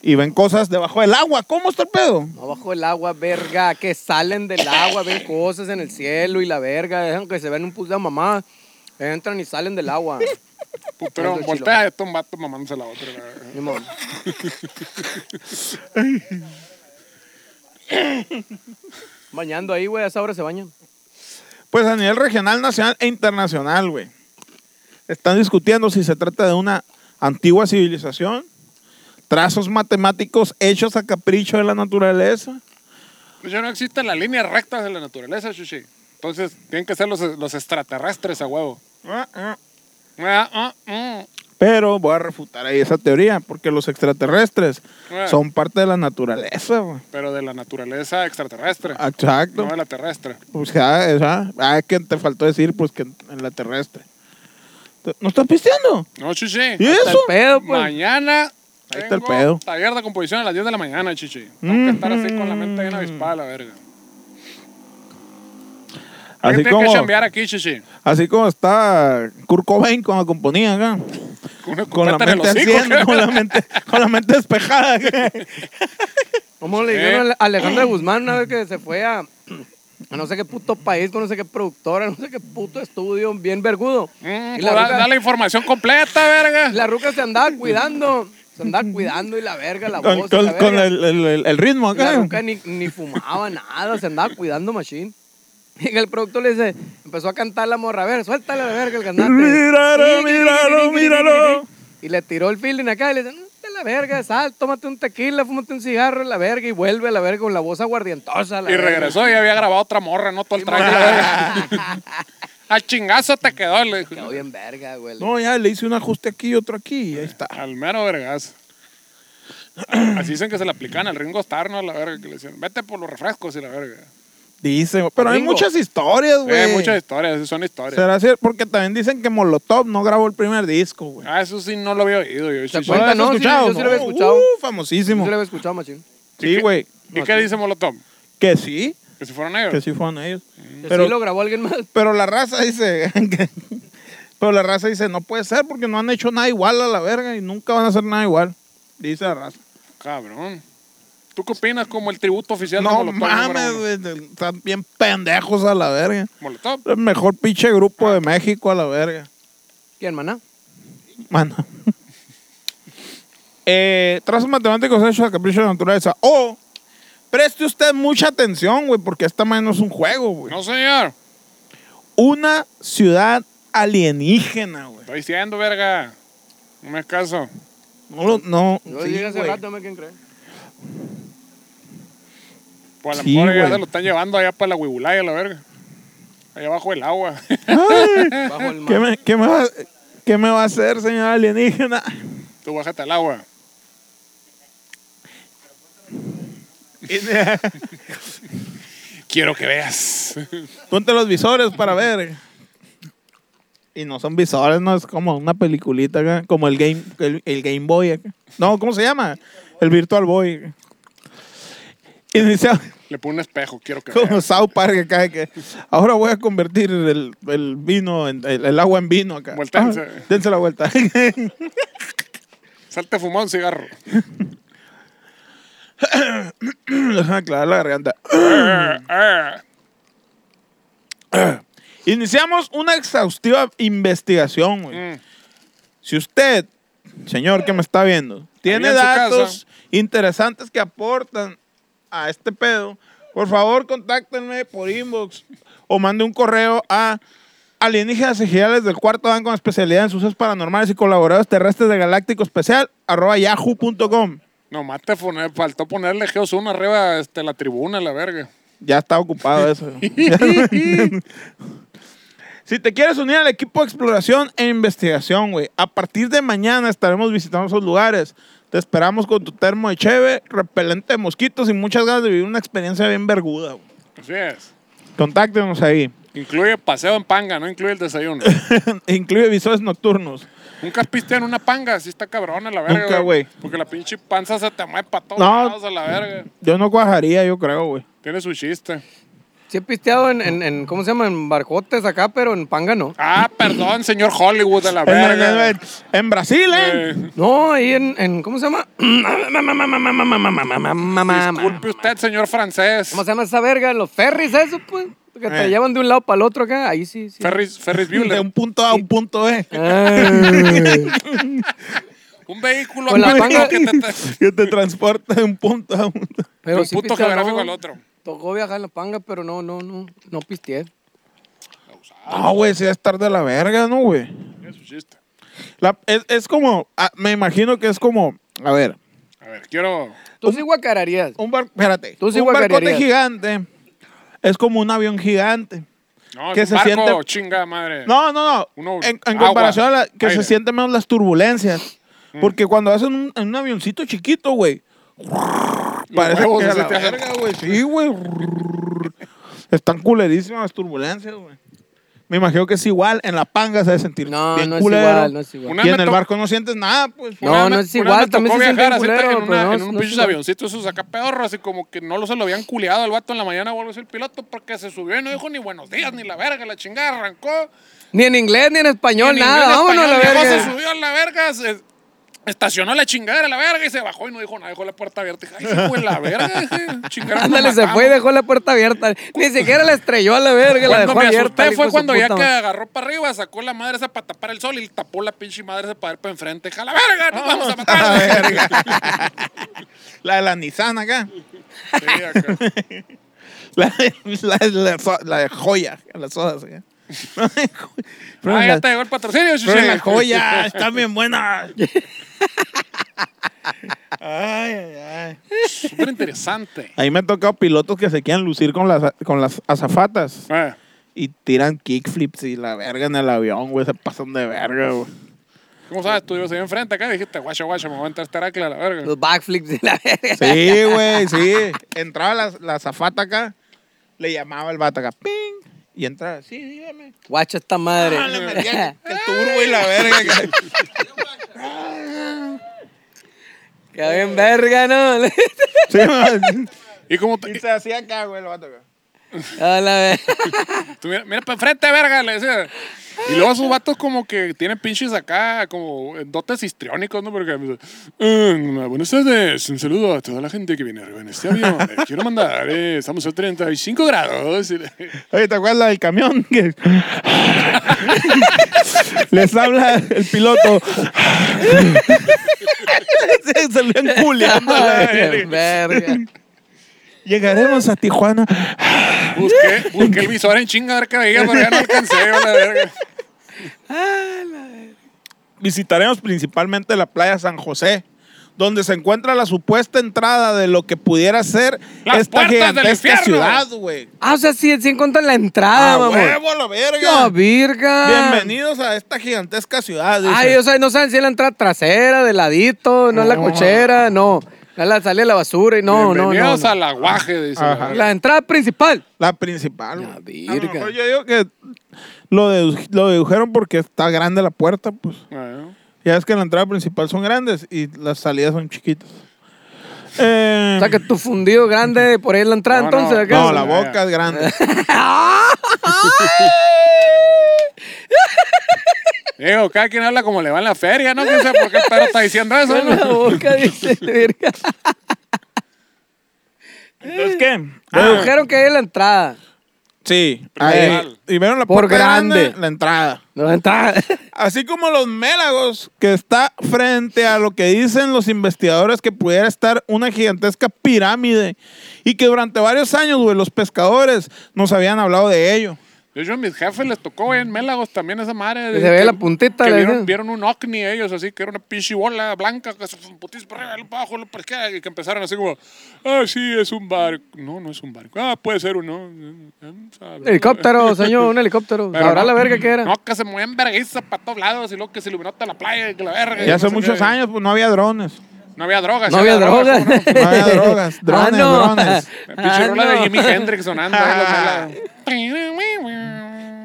B: Y ven cosas debajo del agua. ¿Cómo está el pedo?
C: abajo del agua, verga, que salen del agua, ven cosas en el cielo y la verga, dejan que se ven un puto mamá, entran y salen del agua.
A: Pero voltea a esto un vato mamándose la otra. la verga.
C: Ni modo. Bañando ahí, güey, a esa hora se bañan.
B: Pues a nivel regional, nacional e internacional, güey. Están discutiendo si se trata de una antigua civilización, trazos matemáticos hechos a capricho de la naturaleza.
A: Pues ya no existen las líneas rectas de la naturaleza, Chuchi. Entonces, tienen que ser los, los extraterrestres a huevo. Ah, ah, ah.
B: Pero voy a refutar ahí esa teoría, porque los extraterrestres
A: Ah.
B: son parte de la naturaleza, güey.
A: Pero de la naturaleza extraterrestre,
B: Ah, Exacto.
A: no de la terrestre.
B: O sea, o sea, ah, es que te faltó decir, pues, que en la terrestre. ¿No estás pisteando?
A: No, Chuchi.
B: ¿Y
C: Está el
B: eso?
C: pedo, pues.
A: Mañana.
B: Ahí está el
A: tengo
B: pedo.
A: Taller de composición a las 10 de la mañana, Chichi. Tengo que estar así con la mente bien avispada, la verga.
B: Así
A: Tiene que
B: como-
A: chambear aquí, chichi.
B: Así como está Kurt Cobain cuando componía acá.
A: Con,
B: Con la, mente al cien,
A: [laughs]
B: con, la mente, con la mente despejada. acá.
C: ¿Cómo le
A: Sí.
C: dijeron a Alejandra Guzmán una vez que se fue a, a no sé qué puto país, con no sé qué productora, no sé qué puto estudio, bien vergudo?
A: Mm,
C: y la ruca,
A: da la información completa, verga.
C: Mm, la ruca se andaba cuidando, se andaba cuidando y la verga, la
B: Con,
C: voz. y
B: con-
C: la verga.
B: con el, el- el- el [laughs] ritmo
C: Y La
B: acá.
C: ruca ni, ni fumaba nada, se andaba cuidando machine. [laughs] Y el productor le dice, empezó a cantar la morra, a ver, suéltale a la verga el cantante.
B: Míralo, míralo, míralo.
C: Y le tiró el feeling acá y le dice, "No, vete a la verga, sal, tómate un tequila, fúmate un cigarro, a la verga, y vuelve a la verga con la voz aguardientosa. a la
A: Y
C: verga".
A: regresó y había grabado otra morra, no todo el traje. la verga. [laughs] Al chingazo te quedó, le dijo.
C: Quedó bien verga, güey.
B: No, ya le hice un ajuste aquí y otro aquí. y ahí está.
A: Al mero vergas. Así dicen que se le aplican al Ringo Starr, ¿no? A la verga, que le decían, vete por los refrescos y la verga.
B: Dice, güey, pero hay
C: Domingo.
B: muchas
C: Eh,
B: historias,
A: Sí,
B: güey.
A: hay muchas historias, son historias.
B: ¿Será cierto? Porque también dicen que Molotov no grabó el primer disco, güey.
A: Ah, eso sí no lo había oído yo.
C: ¿Se
A: sí, sí.
C: acuerdan?
B: ¿No lo has
C: No, sí, yo sí lo había
B: No,
C: escuchado.
B: uh,
C: Yo
B: famosísimo.
C: se lo había escuchado, machín.
B: Sí, güey.
A: ¿Y qué dice Molotov?
B: Que sí,
A: Que si fueron ellos.
B: que sí fueron ellos.
C: Que
B: Pero,
C: sí lo grabó alguien más.
B: pero la raza dice... [laughs] que- pero la raza dice, no puede ser porque no han hecho nada igual a la verga y nunca van a hacer nada igual. Dice la raza.
A: Cabrón. ¿Tú qué opinas como el tributo oficial de
B: No
A: Molotov? número
B: mames,
A: uno?
B: güey, están bien pendejos a la verga.
A: Molotov.
B: El mejor pinche grupo de México a la verga.
C: ¿Quién, maná?
B: Mano. [laughs] eh, trazos matemáticos hechos a capricho de la naturaleza. O preste usted mucha atención, güey, porque esta madre no es un juego, güey.
A: No, señor.
B: Una ciudad alienígena, güey.
A: Estoy diciendo, verga. No me hagas caso.
B: No, lo- no.
C: Yo
B: sí,
C: llegué hace
B: güey.
C: rato, no me quién cree.
A: Pues a lo
B: Sí,
A: mejor ya
B: güey.
A: se lo están llevando allá para la huibulaya, la verga. Allá abajo del agua. [laughs]
C: Bajo el
B: Eh, ¿Qué
C: mar.
B: me, qué me va, qué me va a hacer, señora alienígena?
A: Tú bájate al agua. Quiero que veas. [laughs]
B: Ponte los visores para ver. Y no son visores, no es como una peliculita acá, como el Game, el, el Game Boy acá. No, ¿cómo se llama? El Virtual Boy. Y dice, [laughs]
A: Le pone un espejo, quiero que
B: como
A: [laughs] veas.
B: South Park acá, que ahora voy a convertir el, el vino, en- el, el agua en vino acá.
A: Vueltense.
B: Ah, dense la vuelta. [laughs]
A: Salte a fumar un cigarro.
B: Déjame aclarar la garganta.
A: Eh,
B: Mm.
A: eh.
B: Iniciamos una exhaustiva investigación, güey.
A: [laughs] Mm.
B: Si usted, señor que me está viendo, tiene
A: en su
B: datos interesantes que aportan a este pedo, por favor contáctenme por inbox o mande un correo a alienígenas ejidales del cuarto dan con especialidad en sucesos paranormales y colaboradores terrestres de Galáctico Especial arroba yahoo.com.
A: Nomás te fone- faltó ponerle Geos 1 arriba este, la tribuna, la verga.
B: Ya está ocupado eso. [laughs] si te quieres unir al equipo de exploración e investigación, güey, a partir de mañana estaremos visitando esos lugares. Te esperamos con tu termo de cheve, repelente de mosquitos y muchas ganas de vivir una experiencia bien verguda. güey.
A: Así es.
B: Contáctenos ahí. [laughs]
A: Incluye paseo en panga, no incluye el desayuno.
B: Incluye visores nocturnos.
A: Nunca piste en una panga, así está cabrona la verga.
B: Nunca, güey.
A: Porque la pinche panza se te mueve para todos
B: No.
A: lados a la verga.
B: Yo no cuajaría, yo creo, güey.
A: Tiene su chiste.
C: Sí he pisteado en, en, en, ¿cómo se llama? En barcotes acá, pero en panga no.
A: Ah, perdón, señor Hollywood
B: [laughs]
A: a la
B: En, en-
A: verga.
B: en- en Brasil, ¿eh?
A: Eh,
C: No, ahí en, en ¿cómo se llama?
A: disculpe usted, señor francés.
C: ¿Cómo se llama esa verga? Los ferries, eso, pues. Que te
B: Eh.
C: llevan de un lado para el otro acá. Ahí sí, sí.
A: Ferris, Ferris
B: [laughs] De
A: Bueller.
B: un punto A a un punto B.
A: [laughs]
C: Ay.
A: Un vehículo
C: Con la
A: acuático
B: [laughs]
C: panga-
A: que te, te-
B: que te transporta de un punto A un punto
A: de
C: Pero
A: un
C: sí
A: punto
C: pisteado,
A: geográfico
C: no.
A: al otro.
C: Tocó viajar en la panga, pero no, no, no. No pisteé.
B: No, Ah, güey, si es tarde a la verga, ¿no, güey?
A: Tiene su chiste.
B: La- es, es como, ah, me imagino que es como, a ver,
A: A ver, quiero.
C: Tú sí guacararías.
B: un barco, espérate,
C: Tú sí
B: un barcote
C: guacarearías.
B: gigante es como un avión gigante.
A: No,
B: Que
A: es
B: se
A: un barco,
B: siente-
A: chinga madre.
B: No, no, no,
A: Uno-
B: en, en
A: agua,
B: comparación a la, que
A: Ah, aire. Mm.
B: se sienten menos las turbulencias. Porque cuando hacen un, en un avioncito chiquito, güey, parece
A: huevos
B: que a
A: así
B: la
A: te hacen.
B: verga, güey, sí, güey. Están culerísimas las turbulencias, güey. Me imagino que es igual, en la panga se debe sentir
C: No,
B: bien
C: no es
B: culero.
C: igual, no es igual.
A: Una-
B: Y en
A: me
B: el
A: to-
B: barco no sientes nada, pues. [laughs]
C: No,
A: Una vez
C: no
A: me- una
C: es
A: vez
C: igual,
A: me
C: también
A: tocó
C: se siente
A: viajar así
C: culero,
A: en, una-
C: pero no,
A: en un
C: no es
A: pinche
C: igual.
A: avioncito, esos acá pedorros, y como que no lo se lo habían culeado al vato en la mañana o algo así el piloto, porque se subió y no dijo ni buenos días, ni la verga, la chingada arrancó.
C: Ni en inglés, ni en
A: En
C: español, nada.
A: inglés, español,
C: Vámonos a la
A: llegó,
C: verga.
A: Se subió a la verga, se estacionó la chingadera a la verga y se bajó y no dijo nada, dejó la puerta abierta. Dije, Ay, fue la
C: [laughs]
A: verga, dije, chingadera. nos
C: Ándale, se
A: matamos.
C: fue y dejó la puerta abierta. Ni siquiera la estrelló a la verga, la
A: Cuando
C: dejó
A: me
C: abierta. el
A: asusté
C: hijo de
A: fue
C: su
A: cuando ya
C: puta
A: que
C: madre.
A: agarró para arriba, sacó la madre esa para tapar el sol y tapó la pinche madre esa para ver para enfrente. ¡Ja, la verga! ¡Nos vamos a
C: [laughs]
B: A
A: matar!
B: la verga. [laughs] la de la Nissan acá.
A: Sí,
C: [laughs]
A: Ah, acá.
B: La de, la, de- la so- la de joya, las sodas acá. [laughs] Pero
A: Ah, ya
B: la-
A: te llegó el patrocinio,
B: pero [laughs]
A: Chuchela.
B: la joya, está bien [laughs] buena. Ay, ay, ay.
A: [laughs] Súper interesante.
B: Ahí me han tocado pilotos que se quieran lucir con las, con las azafatas
A: Eh,
B: y tiran kickflips y la verga en el avión, güey. Se pasan de verga, güey.
A: ¿Cómo sabes? Tú ibas ahí enfrente acá y dijiste, guacha, guacha, me voy a entrar este Heracle a la verga.
C: Los backflips y la verga.
B: Sí, güey, sí. Entraba la, la azafata acá, le llamaba el vato acá, ping, y entraba, sí, dígame.
C: Guacha esta madre.
B: Ah, le metía el- el turbo y la verga. acá.
C: Que bien verga, ¿no?
B: [laughs]
C: [laughs]
B: Sí, man.
A: Y como
B: Y
A: te-
B: se hacía acá, güey, el vato acá.
C: A la verga.
A: tú mira, para enfrente, verga, le decía. Y luego sus vatos como que tienen pinches acá, como dotes histriónicos, ¿no? Porque me dice, "Mm, buenas tardes, un saludo a toda la gente que viene arriba en este avión. Les quiero mandar, eh, estamos a 35 grados. Y le-
B: Oye, ¿te acuerdas la del camión? [laughs] Que- Les habla el
A: [laughs]
B: piloto. Se salían culiando.
C: [laughs]
B: la verga.
C: Qué verga.
B: Llegaremos a Tijuana.
A: Busqué, busqué el visor en chinga, a ver qué veía, pero ya no alcancé, a la verga.
B: Visitaremos principalmente la playa San José, donde se encuentra la supuesta entrada de lo que pudiera ser
A: Las
B: esta
A: puertas del
B: gigantesca
A: infierno. Ah,
B: ciudad, güey.
C: Ah, o sea, sí, sí encuentran la entrada,
B: ¡A
C: mamón.
B: huevo, a la
C: ¡Ah,
B: verga!
C: virga!
B: Bienvenidos a esta gigantesca ciudad. dice.
C: Ay, o sea, no saben si es la entrada trasera, de ladito, no es la
B: No.
C: cochera, no. No es la salida de la basura y no, no, no.
A: Bienvenidos
C: no.
A: al aguaje, dice.
B: Ajá.
A: la verga.
C: La entrada principal.
B: La principal.
C: La
B: güey. A lo
C: virga.
B: mejor yo digo que lo, dedu- lo dedujeron porque está grande la puerta, pues.
A: Bueno.
B: Ya es que la entrada principal son grandes y las salidas son chiquitas. Eh,
C: O sea, que tu fundido grande por ahí es la entrada,
A: No, no.
C: entonces. ¿o qué? [laughs]
B: no, la boca es grande.
A: Digo, cada quien habla como le va en la feria, ¿no? No sé por qué el perro está diciendo eso.
C: La
A: ¿no?
C: boca, dice [laughs] la virga.
B: ¿Entonces qué? Ah,
C: Dedujeron que ahí es la entrada.
B: sí. Ahí.
A: Principal.
B: Y vieron la
C: Por
B: puerta grande,
C: grande.
B: la entrada.
C: No, la entrada.
B: Así como los mélagos, que está frente a lo que dicen los investigadores que pudiera estar una gigantesca pirámide y que durante varios años, güey, los pescadores nos habían hablado de ello.
A: De hecho, a mis jefes les tocó güey, en Mélagos también esa madre.
C: Que
A: de-
C: se ve
A: que-
C: la puntita,
A: Que
C: le
A: vieron,
C: dicen.
A: vieron un ovni ellos, así que era una pinche bola blanca que se putis para arriba, luego para abajo, luego para izquierda, y que empezaron así como, ah, sí, es un barco. No, no es un barco. Ah, puede ser uno.
C: helicóptero, señor, un helicóptero.
A: Pero
C: Sabrá
A: no.
C: la verga que era.
A: No, que se movían vergüenza para todos lados y luego que se iluminó hasta la playa y que la verga. y
B: Ya hace
A: no sé
B: muchos
A: qué.
B: años, pues no había drones.
A: No había drogas.
C: No había drogas.
A: ¿cómo no?
B: No había
C: [laughs]
B: drogas, drones,
A: [laughs]
B: drones.
A: La pinche
C: Ah,
A: rola
C: no.
A: de Jimi Hendrix sonando. ahí en los
C: [laughs]
A: [laughs]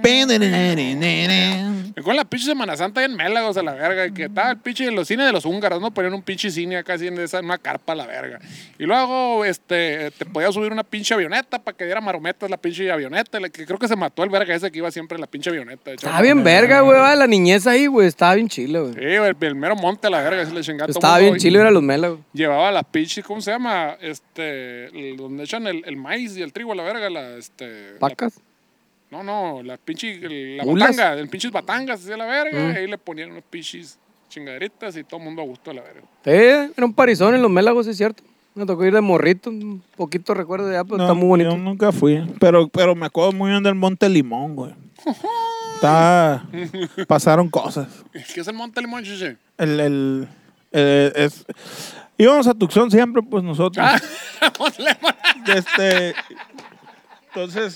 A: Mélagos. Me acuerdo la pinche Semana Santa ahí en Mélagos a la verga, que estaba el pinche de los cines de los húngaros, ¿no? Ponían un pinche cine acá así en esa, en una carpa a la verga. Y luego, este, te podía subir una pinche avioneta para que diera marometas la pinche avioneta, la que creo que se mató el verga ese que iba siempre en la pinche avioneta. de hecho.
C: Estaba Ah, bien verga, güey. va, La niñez ahí, güey. Estaba bien chile, güey.
A: Sí, el, el mero monte a la verga, se le chingaba todo
C: Estaba
A: mundo.
C: bien chile, era los melos.
A: Llevaba las pinches, ¿cómo se llama? Este, el- donde echan el, el maíz y el trigo a la verga, la, este... la-
C: Pacas.
A: no, no, la pinche, el- la
C: Mulas.
A: batanga, el pinches batangas, así a la verga,
B: Mm.
A: ahí le ponían unos pinches chingaderitas y todo el mundo a gusto a la verga.
C: Sí, era un parizón en los Mélagos, sí es cierto. Me tocó ir de morrito, un poquito recuerdo ya, pero está muy bonito.
B: Yo nunca fui, pero, pero me acuerdo muy bien del Monte Limón, güey. Está, pasaron cosas.
A: ¿Qué es el Monte Limón, [laughs] chiche?
B: El, el, eh, es- íbamos a Tucson siempre, pues nosotros.
A: Ah, Monte Limón.
B: [laughs] Este, entonces,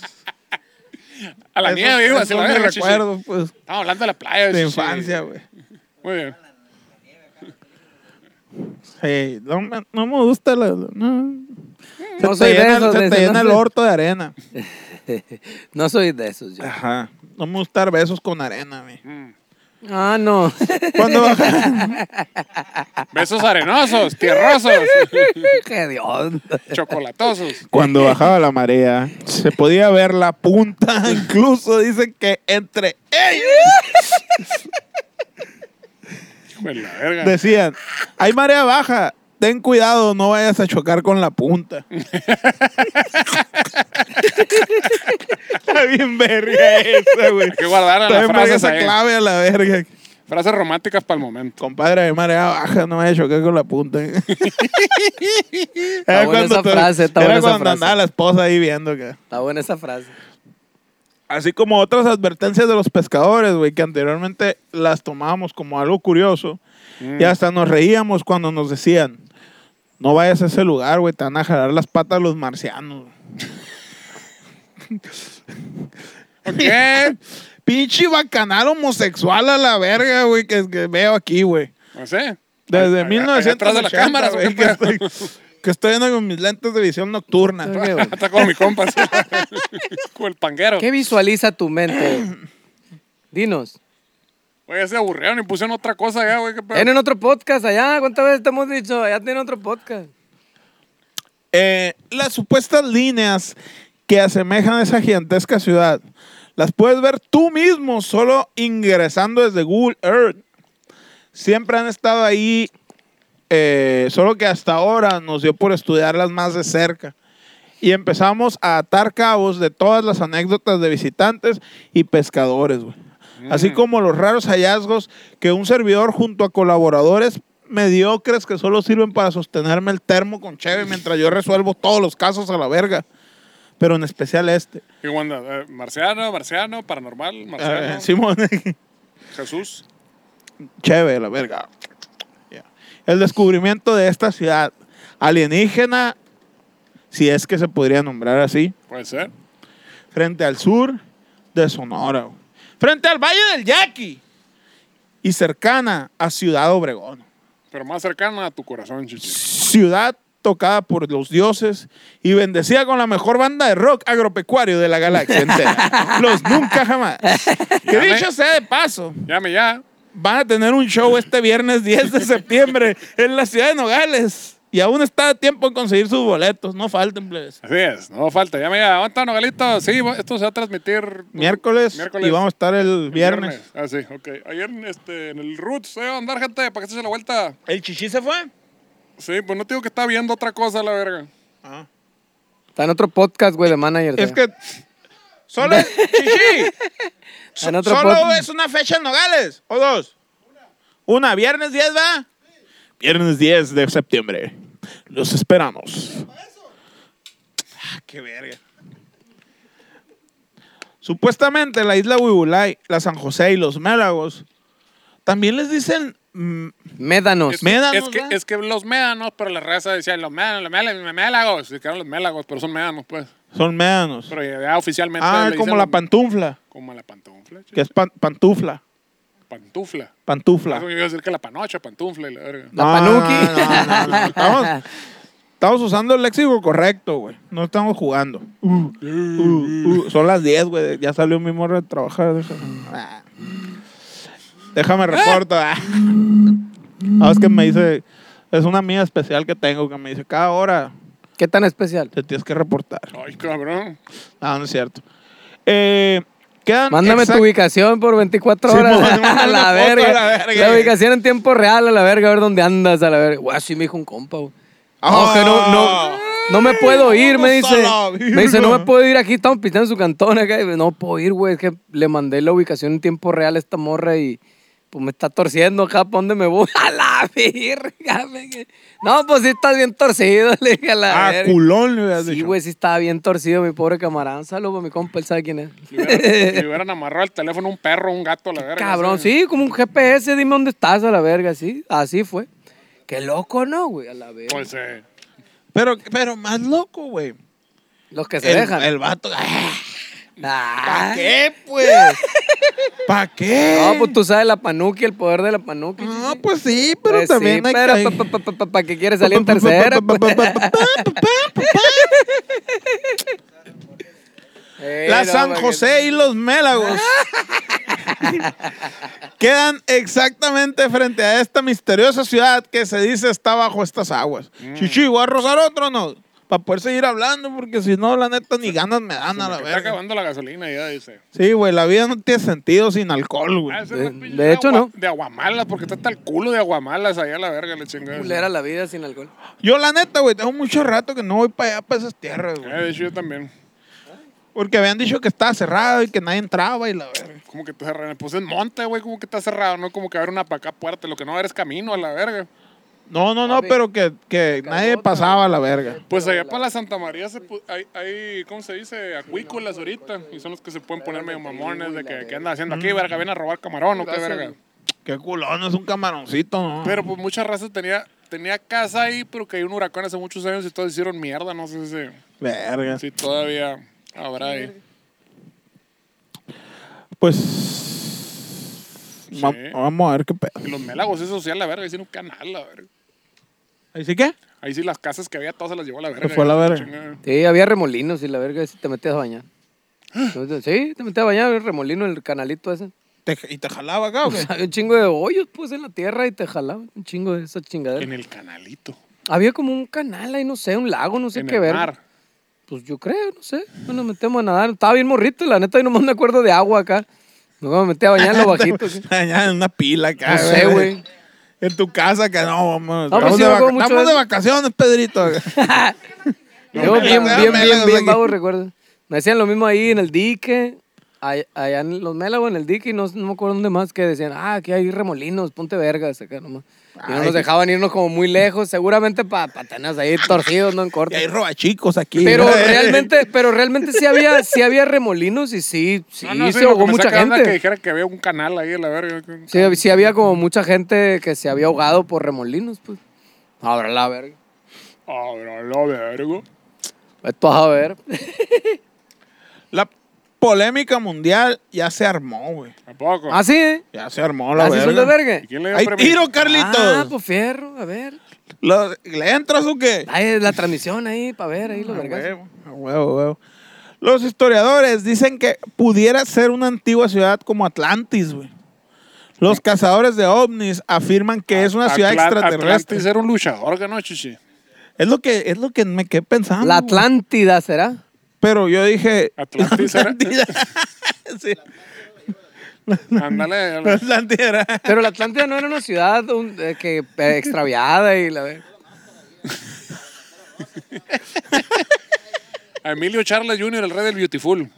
A: A la
B: esos-
A: nieve, iba,
B: esos
A: así a la
B: son mis
A: verga, chiche. Estamos
B: recuerdos, pues,
A: hablando de la playa,
B: de
A: chiche.
B: infancia, güey.
A: Muy bien.
B: Sí, no, me- no me gusta la... no. Se
C: No
B: te
C: soy de
B: llena-
C: esos,
B: se
C: de
B: te
C: esos,
B: llena
C: no
B: el
C: soy-
B: orto de arena.
C: No soy de esos yo.
B: Ajá. No me gustan besos con arena, güey.
C: Ah, no. [laughs]
B: Cuando baja- [laughs]
A: Besos arenosos, tierrosos,
C: Qué Dios.
A: chocolatosos.
B: Cuando bajaba la marea, se podía ver la punta. [laughs] Incluso dicen que entre ellos
A: Hijo de la verga.
B: decían, hay marea baja, ten cuidado, no vayas a chocar con la punta. [laughs] Está bien verga esa, güey.
A: Hay que guardar las
B: Está bien verga
A: frases
B: esa
A: ahí.
B: clave a la verga.
A: Frases románticas para el momento.
B: Compadre, hay marea baja, no vayas a chocar con la punta. era
C: buena esa frase, está
B: era
C: buena esa
B: cuando
C: frase.
B: andaba la esposa ahí viendo que...
C: Está buena esa frase.
B: Así como otras advertencias de los pescadores, güey, que anteriormente las tomábamos como algo curioso. Y
A: Mm.
B: hasta nos reíamos cuando nos decían, no vayas a ese lugar, güey, te van a jalar las patas los marcianos.
A: [laughs] Ok.
B: [laughs] Pinche bacanal homosexual a la verga, güey, que, que veo aquí, güey.
A: No sé.
B: Desde
A: Allá- allá atrás de la
B: 1980,
A: cámara,
B: güey,
A: ¿o qué
B: que,
A: pedo?
B: estoy, que estoy viendo con mis lentes de visión nocturna.
A: [laughs] Está con mi compa.
B: [laughs]
A: sí. Con el panguero.
C: ¿Qué visualiza
B: [clears throat]
C: tu mente? Dinos.
A: Güey, ya se aburrieron y pusieron otra cosa allá, güey. ¿Qué pedo?
C: Tienen otro podcast allá. ¿Cuántas veces te hemos dicho? Allá tienen otro podcast.
B: Eh, las supuestas líneas que asemejan esa gigantesca ciudad las puedes ver tú mismo solo ingresando desde Google Earth. Siempre han estado ahí, eh, solo que hasta ahora nos dio por estudiarlas más de cerca. Y empezamos a atar cabos de todas las anécdotas de visitantes y pescadores, güey.
A: Mm.
B: Así como los raros hallazgos que un servidor junto a colaboradores mediocres que solo sirven para sostenerme el termo con cheve mientras yo resuelvo todos los casos a la verga. Pero en especial este.
A: Y Wanda, eh, marciano, marciano, paranormal, marciano,
B: Eh, Simón, [laughs]
A: Jesús.
B: cheve, la verga. Ya. El descubrimiento de esta ciudad alienígena, si es que se podría nombrar así,
A: Puede ser.
B: frente al sur de Sonora, güey. frente al Valle del Yaqui y cercana a Ciudad Obregón.
A: Pero más cercana a tu corazón, chichi.
B: ciudad tocada por los dioses y bendecida con la mejor banda de rock agropecuario de la galaxia entera. los nunca jamás. Que
A: Llame.
B: dicho sea de paso,
A: Llame ya.
B: van a tener un show este viernes 10 de septiembre en la ciudad de Nogales. Y aún está a tiempo en conseguir sus boletos. No falten, plebes.
A: Así es, no falta. Llame ya. ¿Dónde está, Nogalito? Sí, va- esto se va a transmitir.
B: Miércoles,
A: Miércoles.
B: y vamos a estar el
A: el
B: viernes.
A: Ah, sí, ok. Ayer este, en el Roots, eh, andar gente, para que se eche la vuelta.
B: ¿El chichi se fue?
A: Sí, pues no te digo que está viendo otra cosa, la verga.
C: Está en otro podcast, güey, de manager.
B: Es
C: tío.
B: que... Solo, chichi,
C: Está en otro
B: ¿Solo
C: podcast.
B: es una fecha en Nogales? ¿O dos? Una. ¿Viernes 10, va? Viernes 10 de septiembre. Los esperamos. Ah, qué verga. Supuestamente la isla Huibulay, la San José y los Mélagos, también les dicen... mm,
C: Médanos.
A: Es,
B: Médanos,
A: es que,
B: ¿va?
A: es que los médanos, pero la raza decía los médanos, los médanos, los mélagos. Se quedaron los mélagos, pero son médanos, pues.
B: son médanos.
A: Pero ya oficialmente.
B: Ah,
A: le
B: como
A: dicen
B: la
A: los-
B: pantufla,
A: Como la pantufla,
B: que
A: chichi.
B: es pan- pantufla,
A: Pantufla.
B: pantufla.
A: Eso me iba a decir que la panocha, pantufla y la verga.
B: No,
C: La panuki.
B: no, no, no, no. Estamos, estamos usando el léxico correcto, güey. No estamos jugando. Uh, uh, uh. Son las 10, güey. Ya salió mi morra de trabajar. Deja- Ah. Déjame reporto. ah. No, es que me dice... Es una amiga especial que tengo que me dice, cada hora
C: ¿Qué tan especial?
B: te tienes que reportar.
A: Ay, cabrón.
B: No, no es cierto. Eh, quedan
C: Mándame
B: exact-
C: tu ubicación por 24
B: Sí, pues,
C: [laughs] horas.
B: mándame una
C: a, la
B: foto a la
C: verga. la
B: verga, güey.
C: ubicación en tiempo real, a la verga, a ver dónde andas, a la verga. Güey, así me dijo un compa, güey. No,
B: Ah.
C: que no, no, no me puedo ir, me
B: Vamos a
C: dice.
B: Ah, la
C: Me dice, no
B: verga.
C: me puedo ir aquí, estamos pintando en su cantón acá. Y, No puedo ir, güey, es que le mandé la ubicación en tiempo real a esta morra y pues me está torciendo acá, ¿para dónde me voy? [laughs] A la verga, me dije. No, pues sí estás bien torcido, [laughs] le dije a la
B: Ah,
C: verga.
B: culón, le hubieras
C: Sí,
B: dicho.
C: güey, sí estaba bien torcido mi pobre camarada. Un saludo para mi compa, él sabe quién es.
A: Le hubieran, le hubieran amarrado al teléfono un perro, un gato, la verga.
C: Cabrón,
A: sí.
C: sí, como un GPS, dime dónde estás a la verga, sí. Así fue. Qué loco, ¿no, güey? A la verga.
A: Pues eh,
B: Pero, pero más loco, güey.
C: Los que se
B: El,
C: dejan.
B: el vato... ah.
C: Ah.
B: ¿Para qué, pues? ¿Para qué?
C: No, pues tú sabes la panuquia, el poder de la panuquia.
B: No,
C: chichi.
B: pues sí, pero
C: Pues sí,
B: también hay
C: pero
B: hay-
C: pa- pa- pa- pa- pa' que quieres
B: [laughs]
C: salir en tercera. pues. Ey,
B: La
C: no,
B: San
C: pa' que-
B: José y los
C: [laughs]
B: Mélagos quedan exactamente frente a esta misteriosa ciudad que se dice está bajo estas aguas.
C: Mm.
B: Chichi, voy a rozar otro no. Para poder seguir hablando, porque si no, la neta, ni ganas me dan a la
A: Está
B: verga.
A: acabando la gasolina ya, dice.
B: Sí, güey, la vida no tiene sentido sin alcohol, güey.
A: Ah, esa es la
C: De-
A: pinche
C: de hecho,
A: agua-
C: no.
A: De aguamalas, porque está hasta el culo de aguamalas allá a la verga, le chingada.
C: Culera la vida sin alcohol.
B: Yo, la neta, güey, tengo mucho rato que no voy para allá, para esas tierras,
A: Eh,
B: güey.
A: de hecho, yo también.
B: Porque habían dicho que estaba cerrado y que nadie entraba y la verga.
A: Como que está cerrado. Pues es monte, güey, como que está cerrado, ¿no? Como que abre una para acá puerta, lo que no eres camino a la verga.
B: No, no, no,
C: Papi,
B: pero que, que
C: cagó,
B: nadie
C: cabrón.
B: pasaba a la verga.
A: Pues allá para la Santa María se pu- hay, hay, ¿cómo se dice? Acuícolas ahorita. Y son los que se pueden poner medio mamones de que, ¿qué andan haciendo aquí, verga? ¿Ven a robar camarón o qué,
C: Mm. Gracias,
A: verga?
C: güey.
B: Qué culón, es un camaroncito, ¿no?
A: Pero pues muchas razas tenía, tenía casa ahí, pero que hay un huracán hace muchos años y todos hicieron mierda. No sé si,
B: Verga.
A: si todavía habrá ahí.
B: Pues. va-
A: Sí.
B: vamos a ver qué pedo.
A: Y los melagos, eso sí, a la verga, hicieron un canal, la verga.
B: ¿Ahí sí qué?
A: Ahí sí las casas que había, todas se las llevó a la verga.
B: fue a la verga.
A: Chingada.
C: Sí, había remolinos y la verga, si te metías a bañar. Entonces, sí, te metías a bañar, el remolino, el canalito ese.
B: Te- ¿Y te jalaba acá o qué?
C: Había un chingo de hoyos, pues, en la tierra y te jalaban un chingo de esas chingaderas.
A: En el canalito.
C: Había como un canal ahí, no sé, un lago, no sé
A: en
C: qué
A: el
C: ver.
A: mar.
C: Pues yo creo, no sé. No nos metemos a nadar. Estaba bien morrito, la neta, yo nomás me acuerdo de agua acá. No me metí a bañar en
B: [laughs]
C: lo
B: Pues,
C: bajito. ¿sí?
B: Allá en una pila acá.
C: No sé, güey.
B: En tu casa, que no, vamos.
C: No, pues
B: vamos
C: sí
B: de,
C: me
B: vaca-
C: acuerdo mucho
B: estamos
C: de
B: de
C: eso.
B: vacaciones, Pedrito.
C: Yo
B: me
C: bien,
B: la-
C: bien,
B: me la-
C: bien,
B: o sea
C: bien
B: que-
C: vago recuerdo. Me hacían lo mismo ahí en el dique, ay- allá en los Mélagos, en el dique, y no, no me acuerdo dónde más, que decían, ah, aquí hay remolinos, ponte vergas acá nomás. Y no
B: Ay.
C: nos dejaban irnos como muy lejos, seguramente para patanas ahí torcidos, no en
B: y
C: corto.
B: hay robachicos aquí. [laughs]
C: Pero
B: ¿no?
C: realmente, pero realmente sí había, sí había remolinos y sí, sí,
A: No, no,
C: se
A: lo que
C: ahogó
A: me
C: mucha
A: saca de onda
C: gente.
A: Que dijera que había un canal ahí, la verga.
C: Sí, sí había como mucha gente que se había ahogado por remolinos, pues. Ahora la verga.
A: Ahora la verga.
C: Esto vas a ver.
B: La polémica mundial ya se armó, güey.
A: ¿A poco?
C: ¿Ah, sí? eh?
B: Ya se armó la
C: ¿Ah, sí
B: verga.
C: son de verga?
A: ¿Y quién le dio
B: Hay
A: premio?
B: tiro, Carlitos.
C: Ah, pues fierro, a ver.
B: Lo- ¿Le entras o qué?
C: Ahí la transmisión ahí, para ver ahí los
B: A
C: pues, vergas.
B: huevo, a huevo, a huevo. Los historiadores dicen que pudiera ser una antigua ciudad como Atlantis, güey. Los cazadores de ovnis afirman que es una ciudad
A: Atla-
B: extraterrestre.
A: Atlantis era un luchador, ¿qué ¿no, chichi?
B: Es lo que es lo que me quedé pensando.
C: La
B: güey.
C: Atlántida será.
B: Pero yo dije
A: Atlantis era-
B: Atlántida. [laughs] Sí, [laughs]
A: Ándale.
B: la
A: ándale.
B: Atlántida era-
C: Pero la Atlántida no era una ciudad un- eh, que, eh, extraviada y
B: [laughs]
C: la ver.
A: A Emilio Charles Jr., el rey del Beautiful.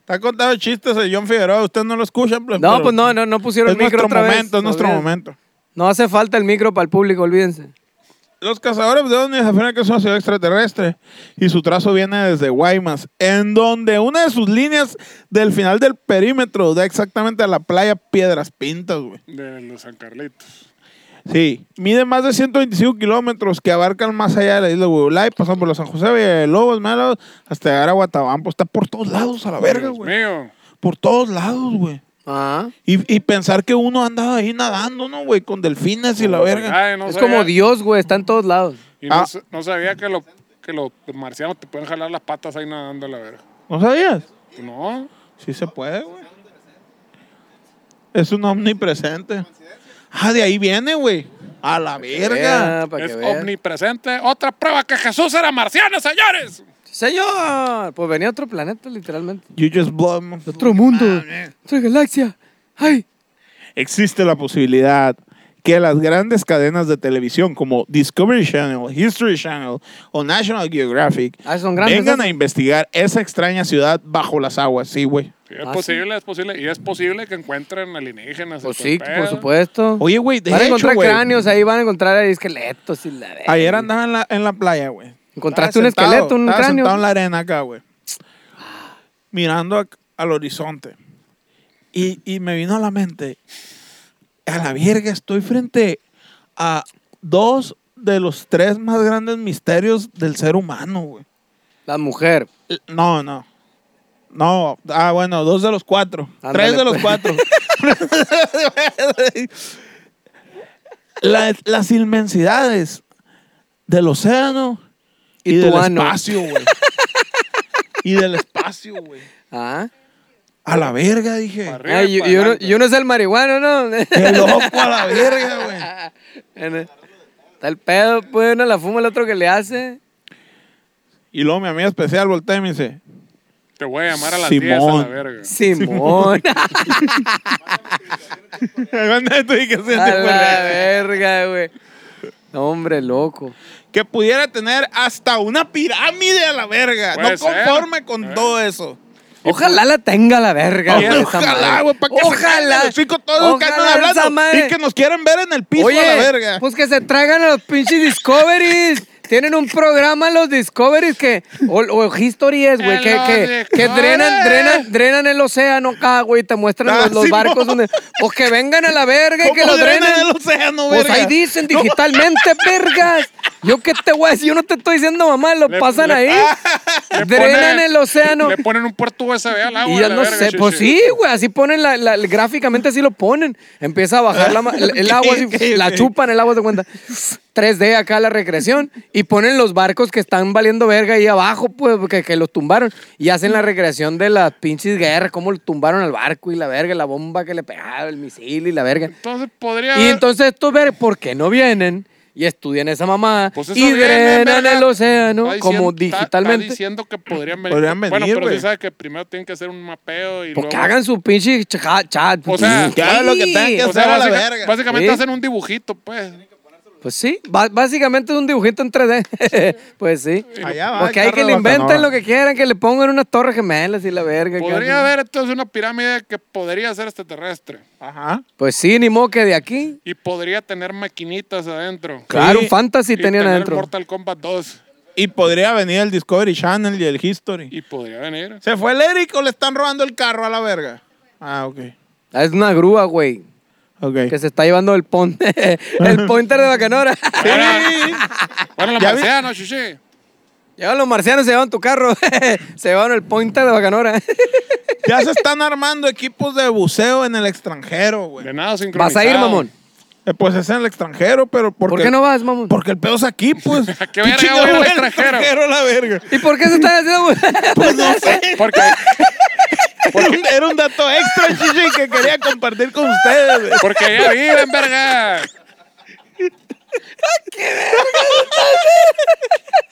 B: Está contado chistes de John Figueroa, ustedes no lo escuchan, pues,
C: No,
B: pero
C: pues no, no, no pusieron
B: Es
C: el micro
B: nuestro
C: otra vez.
B: momento, es nuestro
C: Olvídense.
B: momento.
C: No hace falta el micro para el público, olvídense.
B: Los cazadores de ovnis afirman que es una ciudad extraterrestre y su trazo viene desde Guaymas, en donde una de sus líneas del final del perímetro da exactamente a la playa Piedras Pintas, güey.
A: De los San Carlitos.
B: Sí, mide más de 125 kilómetros que abarcan más allá de la isla de Huevolay, pasan por los San José, Villa de Lobos, Malos, hasta llegar a Guatabampo. Está por todos lados a la verga,
A: Dios
B: güey.
A: mío.
B: Por todos lados, güey.
C: Ah.
B: Y, y pensar que uno andaba ahí nadando, ¿no, güey? Con delfines y la verga.
A: Ay, no
C: es
A: sabía-
C: como Dios, güey, está en todos lados.
A: Y no,
B: Ah.
A: sa- no sabía que, lo- que los marcianos te pueden jalar las patas ahí nadando a la verga. Pues
B: ¿No sabías?
A: No.
B: Sí se puede, güey. Es un omnipresente. Ah, de ahí viene, güey. A la verga.
C: Vea, Ah, para que
A: es
C: vean.
A: omnipresente. Otra prueba que Jesús era marciano, señores.
C: Señor, pues venía a otro planeta, literalmente.
B: You just blow my-
C: Otro mundo,
B: Mames.
C: otra galaxia. Ay,
B: Existe la posibilidad que las grandes cadenas de televisión como Discovery Channel, History Channel o National Geographic
C: Ah, son grandes
B: vengan
C: esas.
B: a investigar esa extraña ciudad bajo las aguas. Sí, güey.
A: Sí, es
C: Ah,
A: posible, es posible. Y es posible que encuentren alienígenas. y
C: pues
A: todo
C: sí,
A: el
C: por
A: pedo.
C: supuesto.
B: Oye, güey, de
C: van a
B: hecho,
C: encontrar
B: güey.
C: cráneos ahí, van a encontrar ahí esqueletos y la verga.
B: Ayer andaba en la, en la playa, güey.
C: Encontraste
B: Estaba
C: un esqueleto, un
B: estaba
C: cráneo.
B: sentado en la arena acá, güey. Mirando ac- al horizonte. Y, y me vino a la mente, a la verga, estoy frente a dos de los tres más grandes misterios del ser humano, güey.
C: La mujer.
B: L- No, no. No, ah, bueno, dos de los cuatro.
C: Ándale,
B: tres de los
C: pues. [laughs]
B: cuatro. [laughs] La- las inmensidades del océano y,
C: Y tu
B: del
C: ano.
B: espacio,
C: [laughs]
B: güey. y del espacio, güey.
C: Ah.
B: A la verga, dije.
A: Para arriba
C: Ah, y,
A: para
C: y uno,
A: adelante.
C: y uno es el marihuano, ¿no? [laughs]
B: Qué loco a la verga, güey.
C: En el- Está el pedo, pues uno la fuma, el otro que le hace.
B: Y luego mi amiga especial voltea y me
C: [laughs]
B: dice,
A: Te voy a llamar a las 10 a la
B: Simón.
A: verga.
B: [laughs]
C: Simón.
B: "Mándame tu ubicación
C: A
B: de
C: la
B: correo".
C: verga, güey. No, hombre, loco.
B: que pudiera tener hasta una pirámide a la verga.
A: Puede
B: No
A: ser.
B: conforme con
A: Eh.
B: todo eso.
C: Ojalá la tenga
B: [laughs]
C: la verga, güey. esa
B: Ojalá,
C: madre.
B: güey, para que
C: Ojalá.
B: se los chicos todos que andan
C: Ojalá esa
B: hablando
C: madre.
B: y que nos quieren ver en el piso
C: Oye,
B: a la verga.
C: pues que se traigan a los pinches Discoveries. Tienen un programa los Discoveries que. O, o History es, güey,
A: En
C: que,
A: los
C: que, que
A: Discovery.
C: drenan, drenan, drenan el océano acá, güey. y Te muestran
B: Ah,
C: los, los
B: Simón.
C: barcos donde. Pues que vengan a la verga y que
B: ¿Cómo
C: lo
B: drenan
C: drenen.
B: el océano,
C: Pues
B: verga?
C: ahí dicen digitalmente, vergas. Yo qué te voy a decir, yo no te estoy diciendo mamá, lo
A: Le-
C: pasan
A: le-
C: ahí.
A: Le
C: drenan
A: ponen-
C: el océano.
A: Le ponen un puerto USB al agua.
C: Y
A: Ah, a
C: ya
A: la
C: no
A: verga,
C: sé, pues
A: chichi.
C: sí, güey, así ponen la, la- gráficamente así lo ponen. Empieza a bajar la ma- el, el
A: [laughs]
C: agua, así,
B: Ok, ok,
C: la
B: ok.
C: chupan el agua de cuenta. 3D acá la regresión y ponen los barcos que están valiendo verga ahí abajo, pues que, que los tumbaron y hacen la regresión de las pinches guerras, cómo lo tumbaron al barco y la verga, la bomba que le pegaba, el misil y la verga.
A: Entonces podría.
C: Y entonces estos ver por qué no vienen y estudian esa mamá
A: Pues eso
C: y
A: viene,
C: drenan
A: verga.
C: el océano
A: Está diciendo-
C: como
A: está-
C: digitalmente.
A: Está diciendo que podrían venir.
B: Podrían
A: Bueno,
B: venir,
A: pero
B: güey.
A: sí sabes que primero tienen que hacer un mapeo y
C: Pues que
A: luego-
C: hagan su pinche cha- chat.
A: O sea,
B: que hagan lo que tengan que
C: Sí.
A: O sea,
B: hacer a la
A: básica-
B: verga.
A: básicamente
C: Sí.
A: hacen un dibujito, pues.
C: Pues sí, ba- básicamente es un dibujito en 3D. [laughs] pues sí.
B: Allá va,
C: Porque hay que
B: Carlos
C: le inventen
B: Bacanora.
C: lo que quieran, que le pongan unas torres gemelas y la verga.
A: Podría
C: cabrón.
A: haber entonces una pirámide que podría ser extraterrestre
B: Ajá.
C: Pues sí, ni modo que de aquí.
A: y podría tener maquinitas adentro.
C: Claro, un fantasy
A: Y
C: tenían
A: tener
C: adentro.
A: Mortal Kombat 2
B: Y podría venir el Discovery Channel y el History.
A: y podría venir.
B: ¿Se fue el Eric o le están robando el carro a la verga? Ah, ok.
C: Ah, Es una grúa, güey.
B: Ok.
C: Que se está llevando el pon [laughs] el pointer de Bacanora.
A: Bueno, los
B: Ya vi-
A: marcianos, chichi.
C: Llevan los marcianos, se llevan tu carro. [laughs] se llevan el pointer de Bacanora. [laughs]
B: Ya se están armando equipos de buceo en el extranjero, güey.
A: De nada sincronizado.
C: Vas a ir, mamón.
B: Eh, Pues es en el extranjero, pero porque,
C: ¿Por qué no vas, mamón?
B: Porque el pedo es aquí, pues.
A: ¿A [laughs] qué verga
B: chingado
A: voy al
B: va
A: extranjero?
B: a la
A: [laughs]
B: verga?
C: ¿Y por qué se están haciendo?
B: Pues
C: [laughs]
B: no sé.
A: Porque
B: Era un, era un dato extra, chichi, que quería compartir con ustedes. güey.
A: porque ya viven, verga.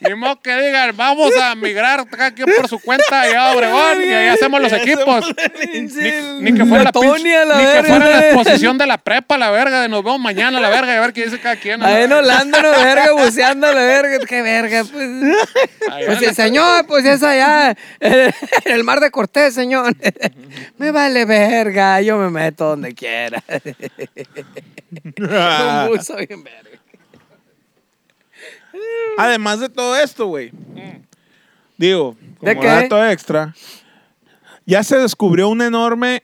A: Ni modo que digan, vamos a migrar cada quien por su cuenta allá a Obregón y ahí hacemos los equipos. Ni, ni que fuera la,
C: Letonia,
A: pinche-
C: la
A: ni que
C: verga,
A: fuera la
C: eh.
A: exposición de la prepa, la verga, de nos vemos mañana, la verga, y a ver qué dice cada quien. ¿no?
C: Ahí en Holanda, no, verga, buceando, la verga. Qué verga, pues.
A: Ahí
C: Pues
A: van
C: el señor, pues es allá, [laughs] en el mar de Cortés, señor. Me vale verga, yo me meto donde quiera.
A: Ah.
B: Ah.
C: Un buzo bien verga.
B: Además de todo esto, güey. Digo,
C: Mm. ¿De
B: como
C: qué?
B: dato extra, ya se descubrió una enorme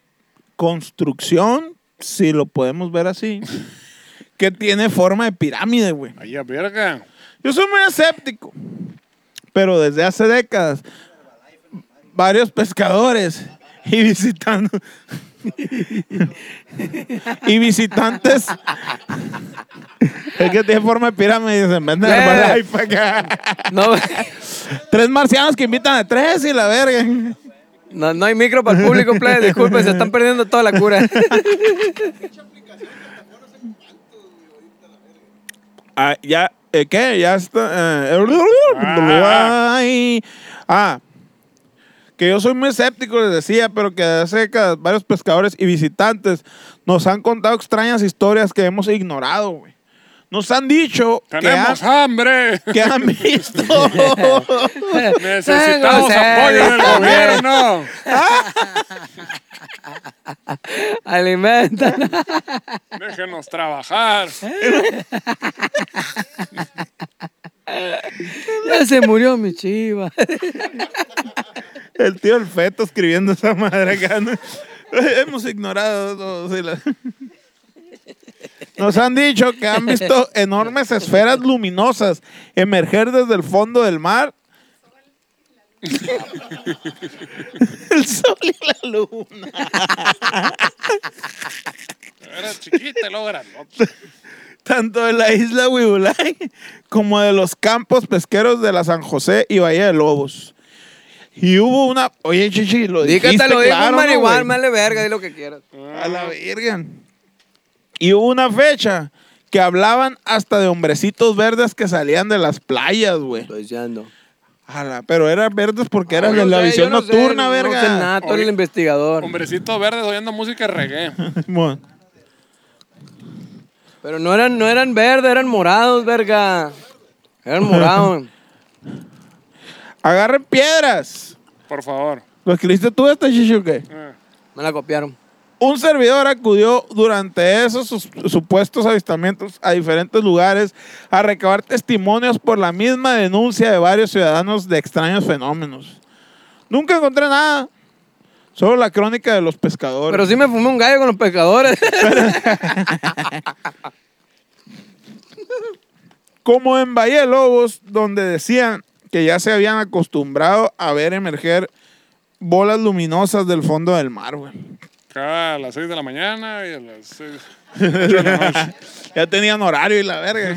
B: construcción, si lo podemos ver
C: [laughs]
B: así, que tiene forma de pirámide, güey.
A: Ahí a verga.
B: Yo soy muy escéptico, pero desde hace décadas varios pescadores y visitando y
C: [laughs]
B: visitantes es que tiene forma de pirámide dicen, "Venden
C: Eh.
B: Herbalife acá".
C: No,
B: tres marcianos que invitan a tres y la verga
C: no, no hay micro para el público, play. Disculpen, se están perdiendo toda la cura.
B: Ah, ya eh, qué ya está eh,
A: Ah.
B: ay. ah que yo soy muy escéptico, les decía, pero que hace décadas varios pescadores y visitantes nos han contado extrañas historias que hemos ignorado, güey. Nos han dicho que han,
A: Tenemos hambre.
B: que [laughs] han visto.
C: Pues,
A: Necesitamos
C: eh,
A: apoyo del gobierno.
C: Alimentan.
A: Déjenos trabajar.
C: Ya se murió mi chiva.
B: El tío El Feto escribiendo esa madre acá. ¿no? [laughs] Hemos ignorado. todo, sí, la- Nos han dicho que han visto enormes esferas luminosas emerger desde el fondo del mar [laughs] El sol y la luna.
A: Era chiquita y luego grandote.
B: Tanto de la isla Huibulay como de los campos pesqueros de la San José y Bahía de Lobos. Y hubo una. Oye, Chichi, lo
C: Dí que
B: dijiste,
C: te lo digo
B: claro, ¿no,
C: marihuana,
B: güey?
C: me vale verga, di lo que quieras.
B: A
C: Mm.
B: la virgen. Y hubo una fecha que hablaban hasta de hombrecitos verdes que salían de las playas, güey.
C: Pues ya no.
B: A la- pero eran verdes porque eran
C: No,
B: de
C: Ah, yo
B: la
C: sé,
B: visión
C: yo no sé,
B: nocturna,
C: no-
B: verga.
C: No
B: [laughs]
C: sé nada, tú eres el
A: Oye,
C: investigador.
A: Hombrecitos verdes oyendo música de reggae.
B: Simón.
C: Pero no eran, no eran verdes, eran morados, verga.
B: [laughs]
C: Eran morados.
B: Agarren piedras.
A: Por favor.
B: ¿Lo escribiste tú este chichi o qué?
A: Eh,
C: Me la copiaron.
B: Un servidor acudió durante esos sus- supuestos avistamientos a diferentes lugares a recabar testimonios por la misma denuncia de varios ciudadanos de extraños fenómenos. Nunca encontré nada, solo la crónica de los pescadores.
C: Pero sí me fumé un gallo con los pescadores. [laughs]
B: Como en Bahía de Lobos, donde decían que ya se habían acostumbrado a ver emerger bolas luminosas del fondo del mar, güey.
A: Acá a las 6 de la mañana y a las 6
C: [laughs]
A: de la noche.
B: Ya tenían horario y la verga.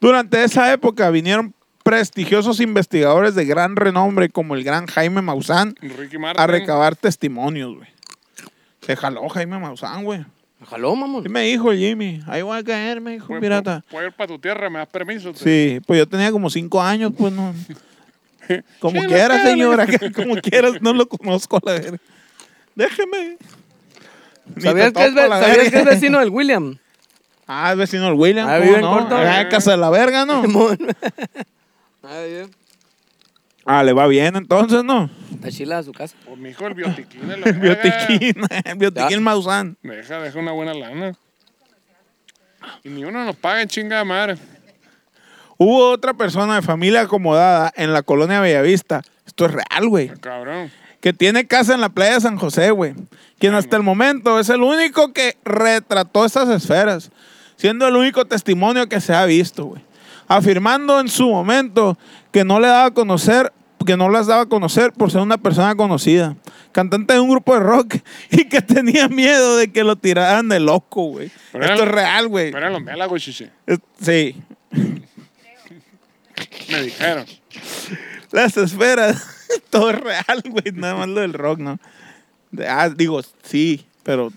B: Durante esa época vinieron prestigiosos investigadores de gran renombre como el gran Jaime Maussan
A: Ricky
B: a
A: Martin.
B: recabar testimonios, güey. Se jaló Jaime Maussan, güey.
C: Me jaló, mamón.
B: Sí me dijo el Jimmy, ahí voy a caer, me dijo
A: Güey,
B: el pirata.
A: Puedo ir para tu tierra, me das permiso.
B: Sí, pues yo tenía como cinco años, pues
C: [laughs]
B: no. Como
A: Sí, me
B: quieras,
A: espérame.
B: señora, como quieras, no lo conozco, la verga. Déjeme. Ni
C: ¿Sabías,
B: te
C: que es,
B: topo,
C: ve-
B: la
C: ¿sabías
B: verga.
C: que es vecino
B: [laughs]
C: del William?
B: Ah, es vecino del William.
C: Ah,
B: Ah,
C: vive en
B: no?
C: Corto.
B: Ah, en casa de la verga,
C: [laughs]
B: ¿no?
C: Simón. Ay, Dios.
B: Ah, le va bien entonces,
C: [laughs]
B: ¿no?
C: Está chila a su casa.
A: Pues mi hijo, el biotiquín. El
B: [laughs] El biotiquín, el
C: Ya.
B: biotiquín Maussan.
A: Deja, deja una buena lana. Y ni uno nos paga en chinga de madre.
B: Hubo otra persona de familia acomodada en la colonia Bellavista. Esto es real, güey.
A: Cabrón.
B: Que tiene casa en la playa de San José, güey. Quien hasta el momento es el único que retrató estas esferas. Siendo el único testimonio que se ha visto, güey. Afirmando en su momento que no le daba a conocer, que no las daba a conocer por ser una persona conocida. Cantante de un grupo de rock [laughs] y que tenía miedo de que lo tiraran de loco, güey.
A: Pero
B: Esto es
A: era-
B: real, güey.
A: Pero en los mélagos, chiche.
B: Es- Sí,
A: Me dijeron.
B: Las esferas. [laughs] Todo es real, güey. Nada más lo del rock, ¿no? De- ah, digo, sí, pero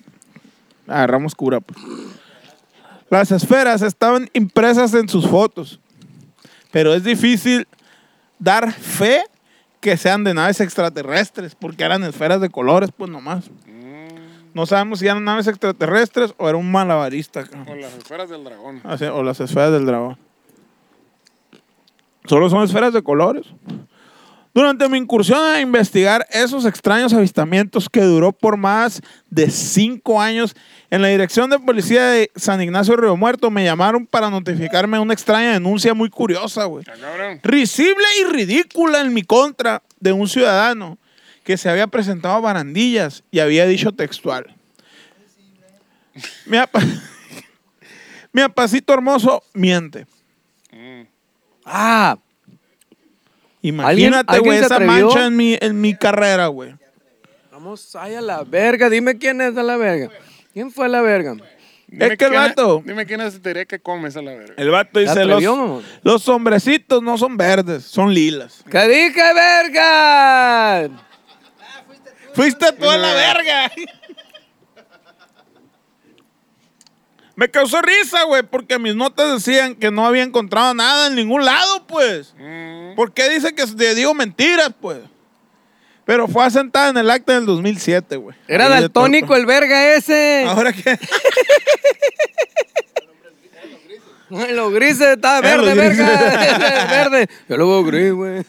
B: agarramos cura. pues. Las esferas estaban impresas en sus fotos. Pero es difícil dar fe que sean de naves extraterrestres, porque eran esferas de colores, pues nomás.
A: Mm,
B: No sabemos si eran naves extraterrestres o era un malabarista. cabrón.
A: Con las esferas del dragón.
B: Así, Ah, o las esferas del dragón. Solo son esferas de colores. Durante mi incursión a investigar esos extraños avistamientos que duró por más de cinco años, en la dirección de policía de San Ignacio Río Muerto me llamaron para notificarme de una extraña denuncia muy curiosa, güey
A: Ya, cabrón.
B: risible y ridícula en mi contra de un ciudadano que se había presentado a barandillas y había dicho textual. Mi, apa- [laughs] mi apacito hermoso miente.
C: Ah,
B: Imagínate,
C: alguien
B: güey,
C: se
B: esa
C: atrevió?
B: mancha en mi, en mi carrera, güey.
C: vamos ahí a la verga. Dime quién es a la verga. ¿Quién fue a la verga?
A: Dime
B: que el
A: quién es-
B: vato-
A: Dime quién es, te diré que comes a la verga.
B: El vato
C: ¿Se
B: dice,
C: atrevió,
B: los,
C: mamón?
B: los hombrecitos no son verdes, son lilas.
C: ¿Qué dije, verga?
B: Fuiste tú a la verga. Me causó risa, güey, porque mis notas decían que no había encontrado nada en ningún lado, pues.
A: Mm,
B: ¿Por qué dice que te digo mentiras, pues? Pero fue asentada en el acta del 2007, güey.
C: Era
B: Ahí Ah, de
C: daltónico eh.
B: todo.
C: el verga ese.
B: Ahora que...
C: En los grises estaba
B: En los
C: verde,
B: grises.
C: verga. [laughs] verde. Yo lo veo gris, güey.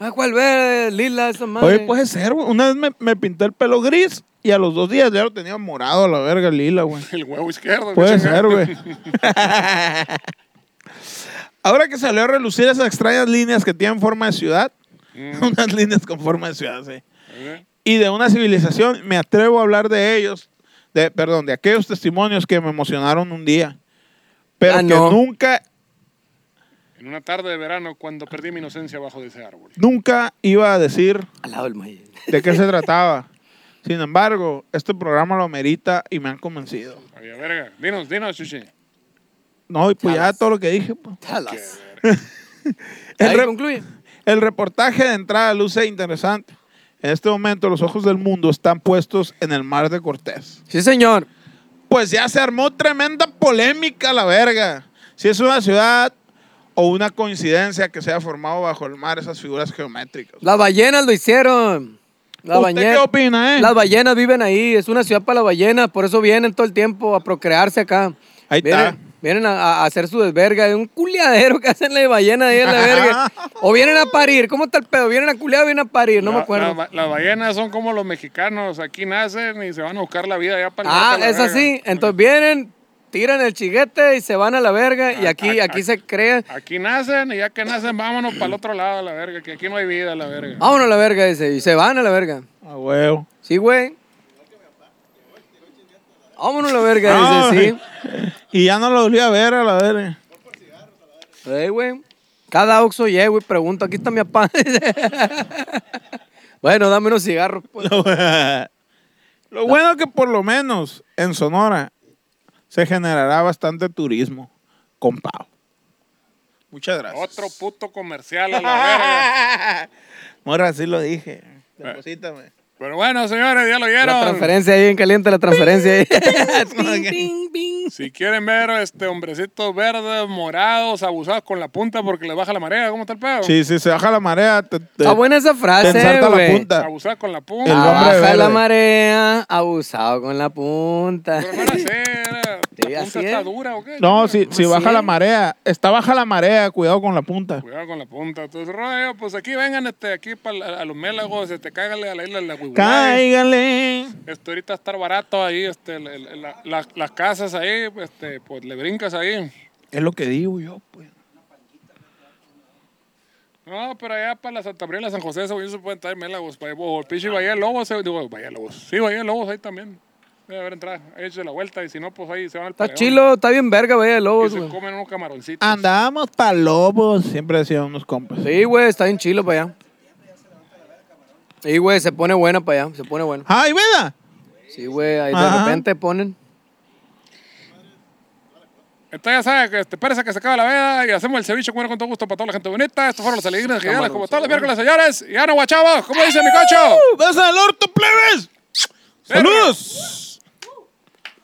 C: ah, ¿cuál verde? Lila, esa madre.
B: Oye, pues, puede ser, güey. Una vez me, me pinté el pelo gris y a los dos días ya lo tenía morado a la verga lila, güey.
A: El huevo izquierdo.
B: Puede
A: qué chingada.
B: ser, güey. [laughs] Ahora que salió a relucir esas extrañas líneas que tienen forma de ciudad, [laughs]
A: Mm,
B: unas líneas con forma de ciudad, sí,
A: ¿Eh?
B: y de una civilización, me atrevo a hablar de ellos, de, perdón, de aquellos testimonios que me emocionaron un día, pero
C: Ah,
B: que
C: no.
B: nunca
A: En una tarde de verano, cuando perdí mi inocencia bajo de ese árbol.
B: Nunca iba a decir
C: Al lado del muelle.
B: de qué se trataba. Sin embargo, este programa lo merita y me han convencido.
A: Oye, verga. Dinos, dinos, Chuchi.
B: No, y pues ya todo lo que dije. pues.
C: Talas.
B: El,
C: Ahí
B: re-
C: concluye.
B: el reportaje de entrada luce interesante. En este momento los ojos del mundo están puestos en el mar de Cortés.
C: Sí, señor.
B: Pues ya se armó tremenda polémica la verga. Si es una ciudad o una coincidencia que se haya formado bajo el mar esas figuras geométricas.
C: Las ballenas lo hicieron. Las
B: ¿Usted
C: bañe-
B: qué opina, eh?
C: [laughs] Las ballenas viven ahí. Es una ciudad para las ballenas. Por eso vienen todo el tiempo a procrearse acá.
B: Ahí
C: vienen,
B: está.
C: Vienen a, a hacer su desverga. Es un culiadero que [laughs] hacen las ballenas ahí en la verga. O vienen a parir. ¿Cómo está el pedo? ¿Vienen a culiar o vienen a parir? No
A: La-
C: me acuerdo.
A: la ba- las ballenas son como los mexicanos. Aquí nacen y se van a buscar la vida allá para el
C: Ah,
A: norte a la
C: es
A: verga.
C: así. Entonces vienen, tiran el chiguete y se van a la verga. Y
A: Ah,
C: aquí,
A: ah,
C: aquí
A: ah.
C: se crea.
A: Aquí nacen y ya que nacen, vámonos para el otro lado a la verga. Que aquí no hay vida a la verga.
C: Vámonos a la verga, dice. Y se van a la verga.
B: A Ah, huevo.
C: Sí, güey. Vámonos a la verga,
B: No,
C: dice, sí.
B: Y ya no lo volví a ver a la verga.
C: Ey, güey. Cada oxo llega y pregunta, aquí está mi papá. [laughs] bueno, dame unos cigarros. pues.
B: [laughs] Lo bueno que por lo menos en Sonora se generará bastante turismo con Pau. Muchas gracias.
A: Otro puto comercial a la verga.
B: [laughs] Morra, sí lo dije. Deposítame.
A: Pero bueno, señores, ya lo
C: La
A: vieron.
C: transferencia ahí en caliente, la transferencia ahí. [laughs] Ting, ting, ting.
A: Si quieren ver este hombrecitos verdes, morados, abusados con la punta porque le baja la marea, ¿cómo está el pedo?
B: Sí, si se baja la marea, te, te-
C: Está buena esa frase,
B: te ensarta la
C: güey. Ah,
B: punta.
A: Abusar con la
B: El
A: punta.
B: hombre
C: Baja la
B: verde.
C: marea, abusado con la punta.
A: Pero no era así, era-
C: Sí,
A: ¿La
C: así
A: punta
C: es.
A: está dura o qué?
B: No, si, si
C: ¿Cómo
B: baja
C: así?
B: la marea, está baja la marea, cuidado con la punta.
A: Cuidado con la punta. Entonces, rollo, pues aquí vengan este, aquí pa- a, a los mélagos, este, cágale a la isla de la Huihuay.
B: Cáigale.
A: Este, ahorita estar barato ahí, este, el- el- la- la- las casas ahí, este, pues le brincas ahí.
B: Es lo que digo yo, pues.
A: No, pero allá para la Santa María, la San José, según yo se pueden traer mélagos. Para, o el pinche Bahía de Lobos, eh, digo, Bahía de Lobos. Sí, Bahía de Lobos ahí también. Debe haber entrada. Échese la vuelta y si no, pues ahí se van al
C: Está
A: Paleón.
C: chilo, está bien verga, güey, de
A: Y
C: lobos,
A: se
C: güey. Ah,
A: comen unos camaroncitos.
B: Andábamos pa' lobos, siempre decían unos compas.
C: Sí, güey, está bien chilo para allá. Sí, güey, se pone buena para allá, se pone buena.
B: ¡Ay, veda!
C: Sí, güey, ahí de
B: Ajá.
C: repente ponen.
A: Entonces ya sabes que este, espérese que se acaba la veda y hacemos el ceviche bueno con todo gusto para toda la gente bonita. Estos fueron los alegres generales como todos los miércoles, señores. Y ya no guachamos, como dice mi cocho.
B: ¡Uh! ¡Vas al orto, plebes! ¡Saludos!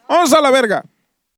B: ¡Vamos a la verga!